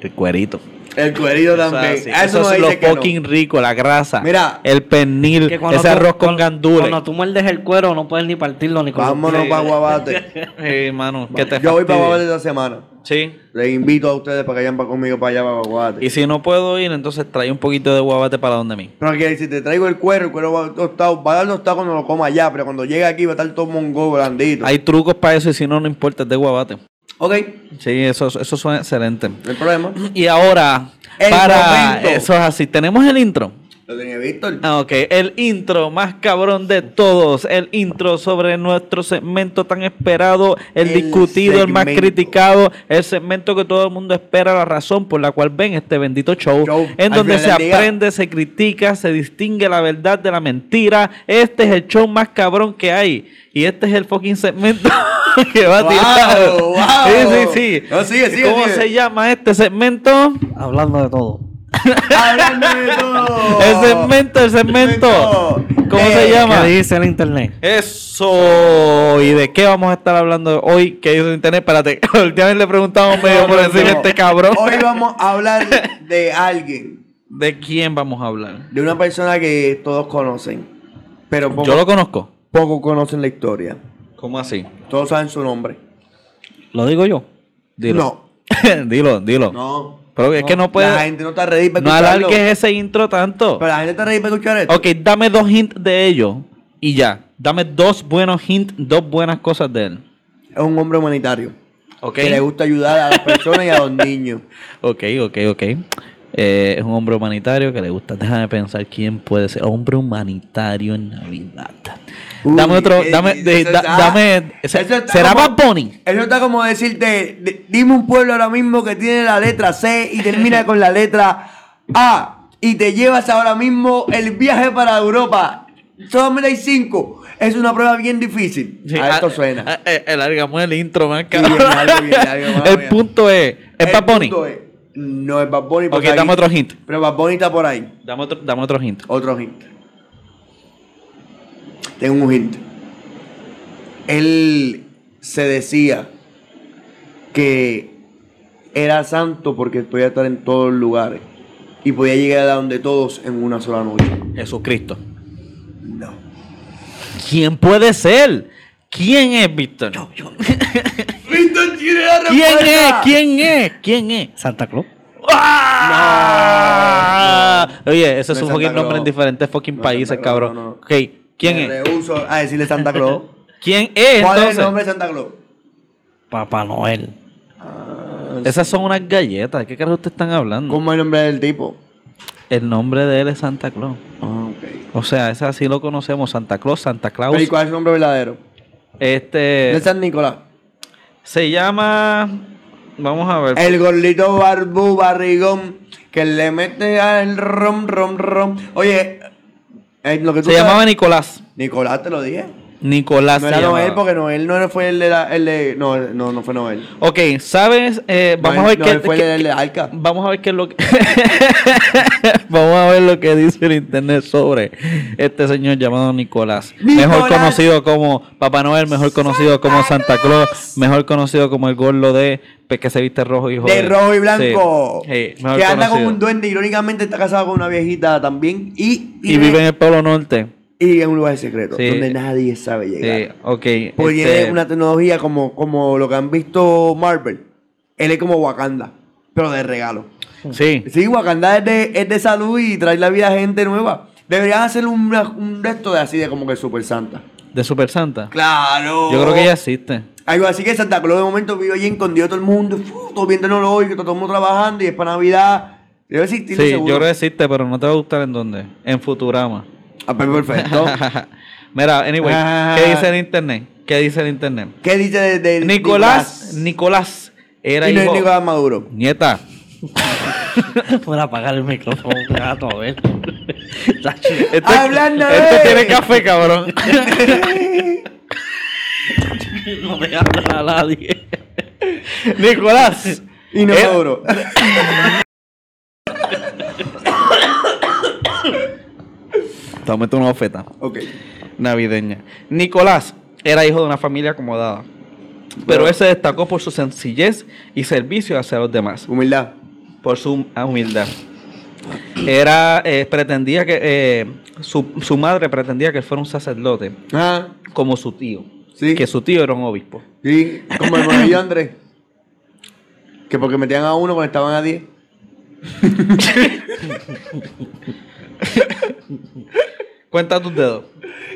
B: El cuerito.
A: El cuerito
B: Eso
A: también.
B: es así.
A: A Eso,
B: Eso
A: no
B: es lo
A: dice que no.
B: fucking rico, la grasa.
A: Mira.
B: El pernil,
C: que cuando
B: ese
C: tú-
B: arroz con
C: cuando-
B: gandules.
C: Cuando tú muerdes el cuero, no puedes ni partirlo ni comerlo.
A: Vámonos para Guabate.
B: Eh, mano, que te
A: Yo voy para
B: fastidie.
A: Guabate esta semana.
B: Sí.
A: Les invito a ustedes para que vayan pa- conmigo para allá, para Guabate.
B: Y si no puedo ir, entonces trae un poquito de guabate para donde mí.
A: Pero que si te traigo el cuero, el cuero va tostado, va a dar tostado cuando lo coma allá, pero cuando llegue aquí va a estar todo mongo blandito.
B: Hay trucos para eso y si no, no importa, es de guabate.
A: Ok,
B: Sí, eso, eso suena excelente.
A: no hay problema.
B: Y ahora,
A: El
B: para
A: momento.
B: eso es así. Tenemos el intro.
A: Lo tenía Víctor.
B: Ah, ok. El intro más cabrón de todos. El intro sobre nuestro segmento tan esperado, el,
A: El
B: discutido, el más
A: segmento.
B: criticado, el segmento que todo el mundo espera, la razón por la cual ven este bendito show,
A: Show.
B: en
A: Al
B: donde
A: final del
B: se
A: día.
B: aprende, se critica, se distingue la verdad de la mentira. Este es el show más cabrón que hay. Y este es el fucking segmento que va a tirar.
A: Wow, wow.
B: Sí, sí, sí.
A: No, sigue, sigue,
B: ¿Cómo
A: sigue.
B: se llama este segmento?
C: Hablando de todo.
A: Hablando de todo.
B: El segmento, el segmento.
A: Segmento.
B: ¿Cómo se
A: Eh,
B: llama?
C: ¿Qué dice el internet?
B: Eso. ¿Y de qué vamos a estar hablando hoy? ¿Qué dice el internet? Espérate, la última vez le preguntamos medio por
A: no,
B: decir
A: no.
B: este cabrón.
A: eh, Hoy vamos a hablar de alguien,
B: ¿De quién vamos a hablar?
A: de una persona que todos conocen, pero poco,
B: Yo lo conozco.
A: poco conocen la historia.
B: ¿Cómo así?
A: Todos saben su nombre.
C: Lo digo yo.
B: Dilo. dilo, dilo.
A: No,
B: Pero es que
A: no.
B: no
A: La
B: puedes.
A: gente no está ready para
B: No
A: escucharlo.
B: alargues ese intro tanto.
A: Pero la gente está ready para escuchar esto.
B: Ok, dame dos hints de ellos y ya. Dame dos buenos hints, dos buenas cosas de él.
A: Es un hombre humanitario.
B: Ok.
A: Que le gusta ayudar a las personas y a los niños.
B: Ok, ok, ok. Eh, es un hombre humanitario que le gusta. Déjame pensar quién puede ser hombre humanitario en Navidad.
A: Uy,
B: dame otro.
A: eh,
B: Dame. de-
A: eso
B: da-
A: está-
B: dame se-
A: eso está
B: ¿Será
A: como-
B: Bad Bunny?
A: Eso está como decirte, de- dime un pueblo ahora mismo que tiene la letra C y termina con la letra A y te llevas ahora mismo el viaje para Europa. Solamente hay cinco. Es una prueba bien difícil.
B: Sí,
A: a esto
B: ah,
A: suena.
B: ah, eh, alargamos el intro, man.
A: Sí,
B: cabrón.
A: bien largo, bien largo, madre
B: el
A: mía.
B: punto es. ¿Es
A: El
B: Bad Bunny?
A: punto es- no es Bad Bunny.
B: Ok,
A: porque ahí-
B: dame otro hint.
A: Pero Bad Bunny está por ahí.
B: Dame otro, dame otro hint.
A: Otro hint. Tengo un hint. Él se decía que era santo porque podía estar en todos los lugares y podía llegar a donde todos en una sola noche.
B: Jesucristo.
A: No.
B: ¿Quién puede ser? ¿Quién es Víctor?
A: tiene la
B: ¿Quién es? ¿Quién es? ¿Quién es?
C: Santa Claus.
B: ¡Ah! Oye, ese
A: No es
B: es un
A: Santa
B: fucking nombre
A: Claus.
B: en diferentes fucking
A: No es
B: países,
A: Santa Claus,
B: cabrón.
A: no, no.
B: Ok, ¿quién
A: Me
B: es?
A: rehuso a decirle Santa Claus.
B: ¿Quién es
A: ¿Cuál es el
B: entonces?
A: nombre de Santa Claus?
C: Papá Noel.
A: Ah,
B: Esas son unas galletas. ¿De qué carajo ustedes están hablando?
A: ¿Cómo es el nombre del tipo?
B: El nombre de él es Santa Claus.
A: Ah, ok.
B: O sea, ese así lo conocemos. Santa Claus, Santa Claus.
A: Pero, ¿y cuál es el nombre verdadero? De
B: Este
A: San Nicolás.
B: se llama. Vamos a ver.
A: El gordito barbu barrigón que le mete al rom rom rom. Oye, eh, lo que tú
B: Se llamaba
A: sabes-
B: Nicolás.
A: Nicolás, te lo dije.
B: Nicolás.
A: No
B: se
A: era
B: llamaba.
A: Noel porque Noel no fue el de la. El de, no, no, no fue Noel.
B: Ok, ¿sabes? Eh, vamos
A: Noel-
B: a ver
A: Noel
B: qué,
A: fue
B: qué-
A: el del Arca.
B: Vamos a ver qué es lo que. Vamos a ver lo que dice el internet sobre este señor llamado Nicolás. Mejor
A: Nicolás.
B: conocido como Papá Noel, mejor conocido como Santa Claus, mejor conocido como el gordo de pues, que se viste rojo y
A: De
B: joven.
A: rojo y
B: Sí,
A: blanco.
B: sí,
A: que
B: mejor
A: anda con
B: conocido.
A: un duende. Irónicamente está casado con una viejita también. Y,
B: Y vive en el Polo Norte.
A: y en un lugar secreto.
B: Sí.
A: Donde nadie sabe llegar.
B: Sí, ok.
A: Porque
B: este,
A: tiene Pues una tecnología como, como lo que han visto Marvel. Él es como Wakanda, pero de regalo.
B: Sí.
A: Sí, Wakanda es de, es de salud y trae la vida a gente nueva. Deberían hacer un, un resto de así de como que Super Santa.
B: De Super Santa.
A: Claro.
B: Yo creo que ella existe.
A: Algo así que Santa Claus de momento vive allí escondido todo el mundo, fu, todo bien tecnológico, todo el mundo trabajando y es para Navidad. Debe
B: Sí,
A: existir de
B: yo
A: seguro.
B: creo que existe, pero no te va a gustar en dónde. En Futurama.
A: Ah, pues, perfecto.
B: Mira, anyway,
A: Ah.
B: ¿qué dice el internet? ¿Qué dice el internet?
A: ¿Qué dice de, de
B: Nicolás, Nicolás era
A: Y no es
B: hijo.
A: Nicolás Maduro.
B: Nieta.
C: Voy a apagar el micrófono, gato, a ver.
B: Este,
A: Hablando de-
B: este tiene café, cabrón.
C: no me habla a nadie.
B: Nicolás.
A: Y no
B: Eh.
A: Maduro.
B: Tómate una oferta
A: ok.
B: navideña. Nicolás era hijo de una familia acomodada. Pero él se destacó por su sencillez y servicio hacia los demás.
A: Humildad.
B: por su humildad. Era, eh, pretendía que, eh, su, su madre pretendía que él fuera un sacerdote,
A: Ah,
B: como su tío.
A: Sí.
B: Que su tío era un obispo.
A: sí. Como el Manuel Andrés. Que porque metían a uno, conectaban a diez.
B: Cuenta tus dedos.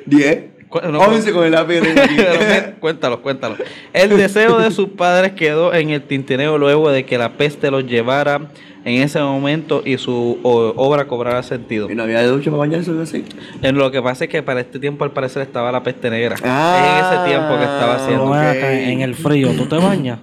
A: Diez.
B: Cu- no,
A: Once con el lápiz. que tengo aquí.
B: cuéntalo, cuéntalo. El deseo de sus padres quedó en el tintineo luego de que la peste los llevara en ese momento y su o- obra cobrara sentido.
A: y no había ducha para bañarse o algo así.
B: En lo que pasa es que para este tiempo al parecer estaba la peste negra.
A: Ah.
B: en ese tiempo que estaba haciendo.
C: Pero ven acá,
A: ok.
C: en el frío, ¿tú te bañas?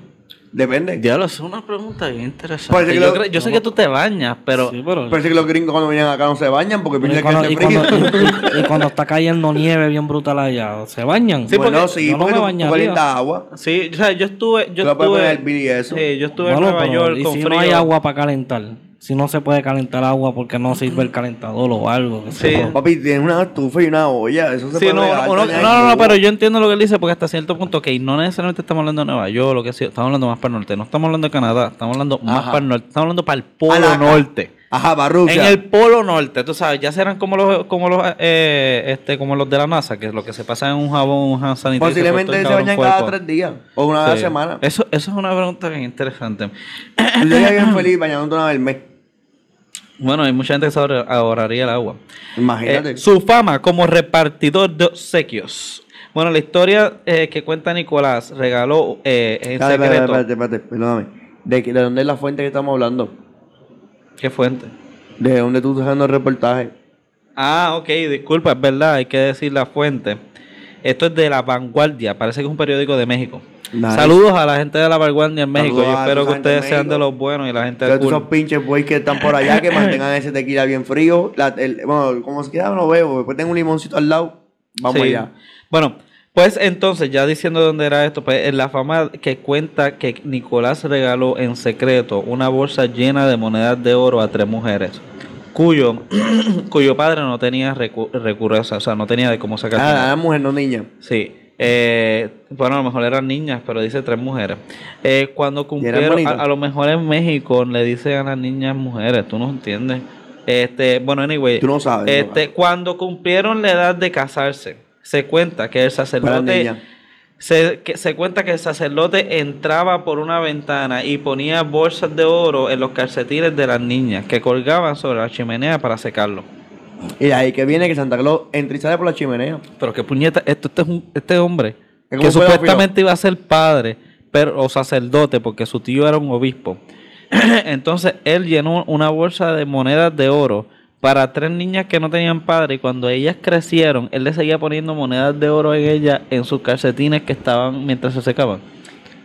A: Depende.
B: Diablo, esa es una pregunta bien interesante.
A: Parece que
B: Yo,
A: lo-
B: creo- yo sé que tú te bañas, pero
C: Pues Sí, pues. pero...
A: Parece que los gringos cuando vienen acá no se bañan porque
C: pero y,
A: piensan que
C: cuando,
A: hace
C: y
A: frío.
C: cuando- y- y cuando está cayendo nieve bien brutal allá, ¿se bañan?
B: Sí,
A: bueno,
B: porque-
A: sí,
C: yo no
A: porque
C: me
A: tú- tú
C: bañaría.
A: calientas agua.
B: sí, o sea, yo estuve, yo
A: Tú la puedes
B: estuve,
A: poner al Billy eso.
B: sí, yo estuve
C: Bueno,
B: en Nueva
C: pero,
B: York
C: ¿y
B: con
C: si
B: frío.
C: no hay agua para calentar, si no se puede calentar agua porque no sirve el calentador o algo. qué sé
B: Sí.
C: yo.
A: Papi, tienes una estufa y una olla. Eso se
B: Sí,
A: puede
B: no,
A: regalar,
B: uno-
A: tener
B: no, no, no,
A: algo.
B: pero yo entiendo lo que él dice porque hasta cierto punto que no necesariamente estamos hablando de Nueva York, lo que sea, estamos hablando más para el norte, no estamos hablando de Canadá, estamos hablando más
A: Ajá.
B: para el norte, estamos hablando para el polo
A: Alaska.
B: norte.
A: Ajá,
B: En
A: barrucha.
B: el polo norte, tú sabes, ya serán como los como los eh, este como los de la NASA, que es lo que se pasa en un jabón, un hand sanitizer,
A: Posiblemente
B: todo el
A: se
B: cabrón
A: bañan
B: cuerpo.
A: cada tres días o una vez a la
B: pues, Sí.
A: semana.
B: Eso, eso es una pregunta bien interesante.
A: Tú serías bien feliz bañándote una vez al mes.
B: Bueno, hay mucha gente que se ahorra- ahorraría el agua.
A: Imagínate.
B: Eh, su fama como repartidor de obsequios. Bueno, la historia eh, que cuenta Nicolás regaló eh, en
A: Espérate, espérate,
B: secreto.
A: espérate, espérate, perdóname. ¿De, qué- de dónde es la fuente que estamos hablando?
B: ¿Qué fuente?
A: ¿De dónde tú estás haciendo el reportaje?
B: Ah, ok, disculpa, es verdad, hay que decir la fuente. Esto es de La Vanguardia, parece que es un periódico de México.
A: Nice.
B: Saludos a la gente de La Vanguardia en México.
A: Saludos
B: Yo
A: a
B: espero
A: toda esa
B: que
A: gente de
B: ustedes sean de
A: México.
B: los buenos y la gente
A: Todos
B: de
A: esos pinches boys que están por allá que mantengan ese tequila bien frío. La- el- bueno, como se queda, no veo. Después tengo un limoncito al lado. Vamos
B: Sí.
A: allá.
B: Bueno, pues entonces, ya diciendo dónde era esto, pues en la fama que cuenta que Nicolás regaló en secreto una bolsa llena de monedas de oro a tres mujeres, cuyo, cuyo padre no tenía recu- recurrencia, o sea, no tenía de cómo sacar
A: Nada,
B: dinero.
A: nada, mujer, no niña.
B: Sí. eh, bueno, a lo mejor eran niñas, pero dice tres mujeres. Eh, cuando cumplieron, a,
A: bonitas?
B: a lo mejor en México le dicen a las niñas mujeres, tú no entiendes. Este, bueno, anyway,
A: Tú no sabes. ¿no?
B: este, cuando cumplieron la edad de casarse, se cuenta que el
A: Para
B: sacerdote
A: niña.
B: se, que se cuenta que el sacerdote entraba por una ventana y ponía bolsas de oro en los calcetines de las niñas que colgaban sobre la chimenea para secarlo.
A: Y de ahí que viene que Santa Claus entra y sale por la chimenea.
B: Pero qué puñeta, esto, este, es un- este hombre
A: Es como
B: que
A: un pedófilo.
B: supuestamente iba a ser padre pero, o sacerdote porque su tío era un obispo. Entonces él llenó una bolsa de monedas de oro para tres niñas que no tenían padre y cuando ellas crecieron él le seguía poniendo monedas de oro en ellas en sus calcetines que estaban mientras se secaban.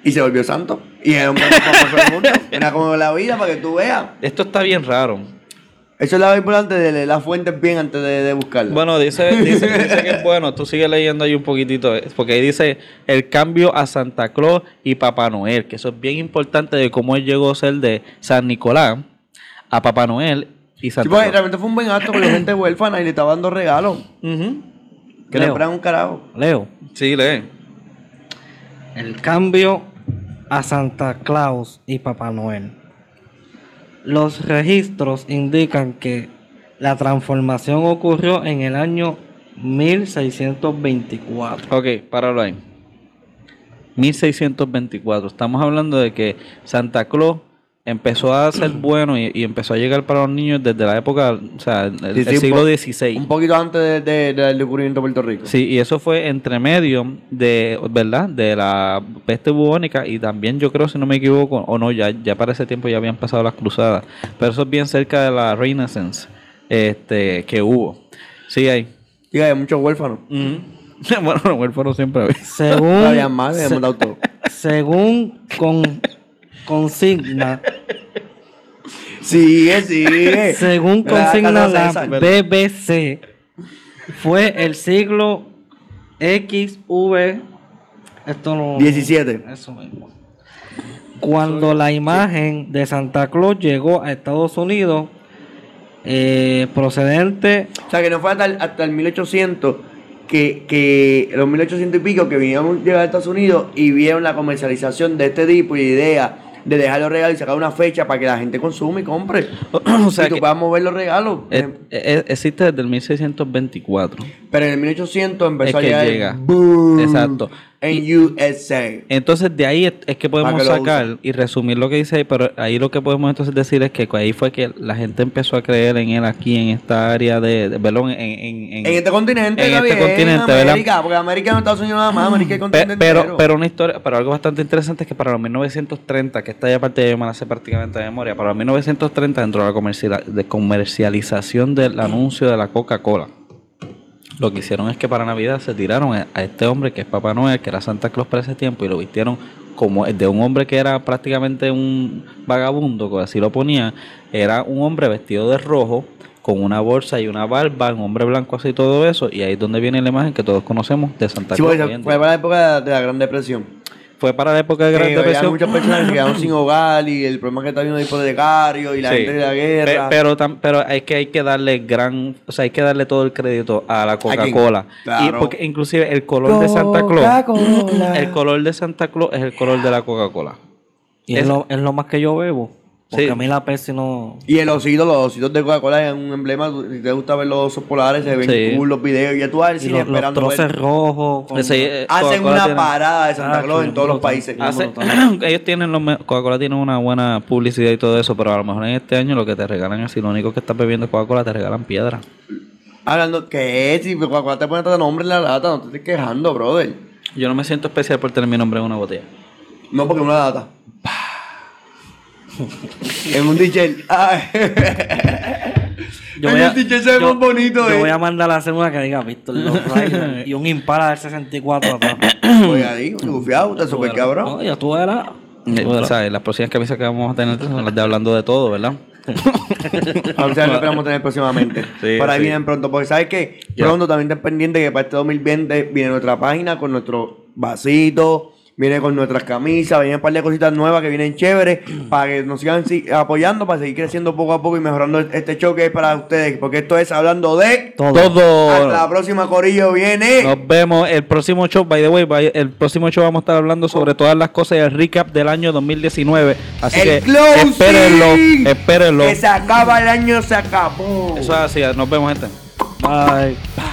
A: Y se volvió santo. Y es un gran famoso del mundo. Era como la vida para que tú veas.
B: Esto está bien raro.
A: Eso es lo importante de la fuente bien antes de, de buscarla.
B: Bueno, dice, dice, dice que es bueno. Tú sigue leyendo ahí un poquitito. eh, Porque ahí dice el cambio a Santa Claus y Papá Noel. Que eso es bien importante de cómo él llegó a ser de San Nicolás a Papá Noel y
A: Sí, pues,
B: Santa
A: porque
B: Claus.
A: realmente fue un buen acto con la gente huérfana y le estaba dando regalos.
B: Ujú.
A: Que
C: Leo.
A: le compraron un carajo.
C: Leo,
B: Sí, lee.
C: el cambio a Santa Claus y Papá Noel. Los registros indican que la transformación ocurrió en el año 1624.
B: Ok, páralo ahí. 1624. Estamos hablando de que Santa Claus empezó a ser bueno y, y empezó a llegar para los niños desde la época, o sea, el, el
A: Sí, sí, un
B: siglo
A: po-
B: XVI.
A: Un poquito antes de- de- del descubrimiento de Puerto Rico.
B: Sí, y eso fue entre medio de, ¿verdad? De la peste bubónica y también yo creo, si no me equivoco, o no, ya, ya para ese tiempo ya habían pasado las cruzadas, pero eso es bien cerca de la Renaissance este, que hubo. Sí, ahí.
A: Y hay muchos huérfanos.
B: Mm. Ujú. bueno, los huérfanos siempre había.
A: No
C: Según,
A: había más, le
C: se-
A: hemos dado todo.
C: según con, consigna,
A: Sigue, sigue.
C: según
A: Me da
C: consigna
A: casa
C: la
A: esa.
C: BBC, fue el siglo XV. Esto no.
A: 17.
C: Eso mismo. Cuando la imagen de Santa Claus llegó a Estados Unidos, eh, procedente.
A: O sea, que no fue hasta el, hasta el 1800, que, que los 1800 y pico que vinieron llegar a Estados Unidos y vieron la comercialización de este tipo y idea de dejar los regalos y sacar una fecha para que la gente consume y compre.
B: o sea,
A: y tú
B: que,
A: puedas mover los regalos.
B: eh, eh, existe desde el 1624.
A: Pero en el 1800 empezó
B: Es
A: a
B: que
A: llegar el
B: llega.
A: boom
B: Exacto.
A: En USA.
B: Entonces de ahí es, es que podemos
A: que lo
B: sacar y resumir lo que dice ahí, pero ahí lo que podemos entonces decir es que ahí fue que la gente empezó a creer en él aquí en esta área de, de- perdón, en, en- en-
A: En este continente,
B: en
A: está
B: este
A: bien,
B: continente, ¿verdad? Mm,
A: América, porque América no es Estados Unidos nada más, América es el
B: Pe-
A: continente
B: pero,
A: entero.
B: pero una historia, pero algo bastante interesante es que para los 1930, que esta ya parte de yo me la sé prácticamente de memoria, para los 1930 dentro de la comercial- de comercialización del anuncio de la Coca-Cola, lo que hicieron es que para Navidad se tiraron a, a este hombre que es Papá Noel, que era Santa Claus para ese tiempo, y lo vistieron como el de un hombre que era prácticamente un vagabundo, como así lo ponía, era un hombre vestido de rojo con una bolsa y una barba, un hombre blanco así todo eso, y ahí es donde viene la imagen que todos conocemos de Santa
A: Sí,
B: Claus.
A: porque
B: hoy en día.
A: fue para la época de la Gran Depresión.
B: Fue para la época de Gran
A: Eh, había
B: Depresión.
A: muchas personas que se quedaron sin hogar y el problema que está viendo el hipotecario y la
B: Sí.
A: gente de la
B: Pe-
A: guerra.
B: Pero, tam- pero hay que hay que darle gran, o sea, hay que darle todo el crédito a la
A: quién?
B: Coca-Cola. Y
A: Claro.
B: porque inclusive el color de Santa Claus,
A: Coca-Cola.
B: el color de Santa Claus es el color de la Coca-Cola.
C: Y es,
B: Es-
C: lo, es lo más que yo bebo. Porque
B: Sí.
C: a mí la Pepsi no.
A: Y el osito, los ositos de Coca-Cola es un emblema. Si te gusta ver los osos polares, se ven
B: Sí.
A: cool los videos. Y ya tú vas al
C: Y
A: cine
C: los, los
A: esperando ver.
C: troces rojos. con-
B: Ese, eh,
A: Hacen
B: Coca-Cola
A: una
B: tiene-
A: parada de Santa
C: Ah,
A: Claus
C: qué
A: en todos los
C: brutal.
A: países.
C: Ah,
B: hace-
C: brutal.
B: ellos tienen los me- Coca-Cola tiene una buena publicidad y todo eso, pero a lo mejor en este año lo que te regalan es si lo único que estás bebiendo es Coca-Cola te regalan piedra.
A: Hablando, ¿qué? Si Coca-Cola te pone tanto nombre en la lata, no te estés quejando, brother.
B: Yo no me siento especial por tener mi nombre en una botella.
A: No, porque es una lata. en un DJ.
C: Yo
A: en
C: voy a-
A: un DJ se ve
C: yo-
A: más bonito,
C: Yo
A: eh.
C: voy a mandar a hacer una que diga Víctor Los Rayos y un Impala del 64 atrás.
A: Oiga, ahí, confiado, está súper cabrón.
C: No, ya tú verás.
B: Eh,
C: Tú verás.
B: ¿sabes? Las próximas camisas que vamos a tener son las de hablando de todo, ¿verdad?
A: O sea, lo esperamos tener próximamente.
B: Sí,
A: Por ahí
B: sí.
A: vienen pronto. Porque sabes que
B: Ya.
A: pronto también estén pendientes que para este 2020 viene nuestra página con nuestro vasito, viene con nuestras camisas, vienen un par de cositas nuevas que vienen chéveres para que nos sigan si- apoyando, para seguir creciendo poco a poco y mejorando este show que es para ustedes. Porque esto es hablando de.
B: Todo.
A: Hasta la próxima, Corillo. Viene.
B: Nos vemos el próximo show, by the way, by- el próximo show vamos a estar hablando sobre todas las cosas y el recap del año 2019. Así
A: el
B: que
A: closing.
B: espérenlo, espérenlo.
A: Que se acaba el año, se acabó.
B: Eso es así, nos vemos gente.
C: Bye.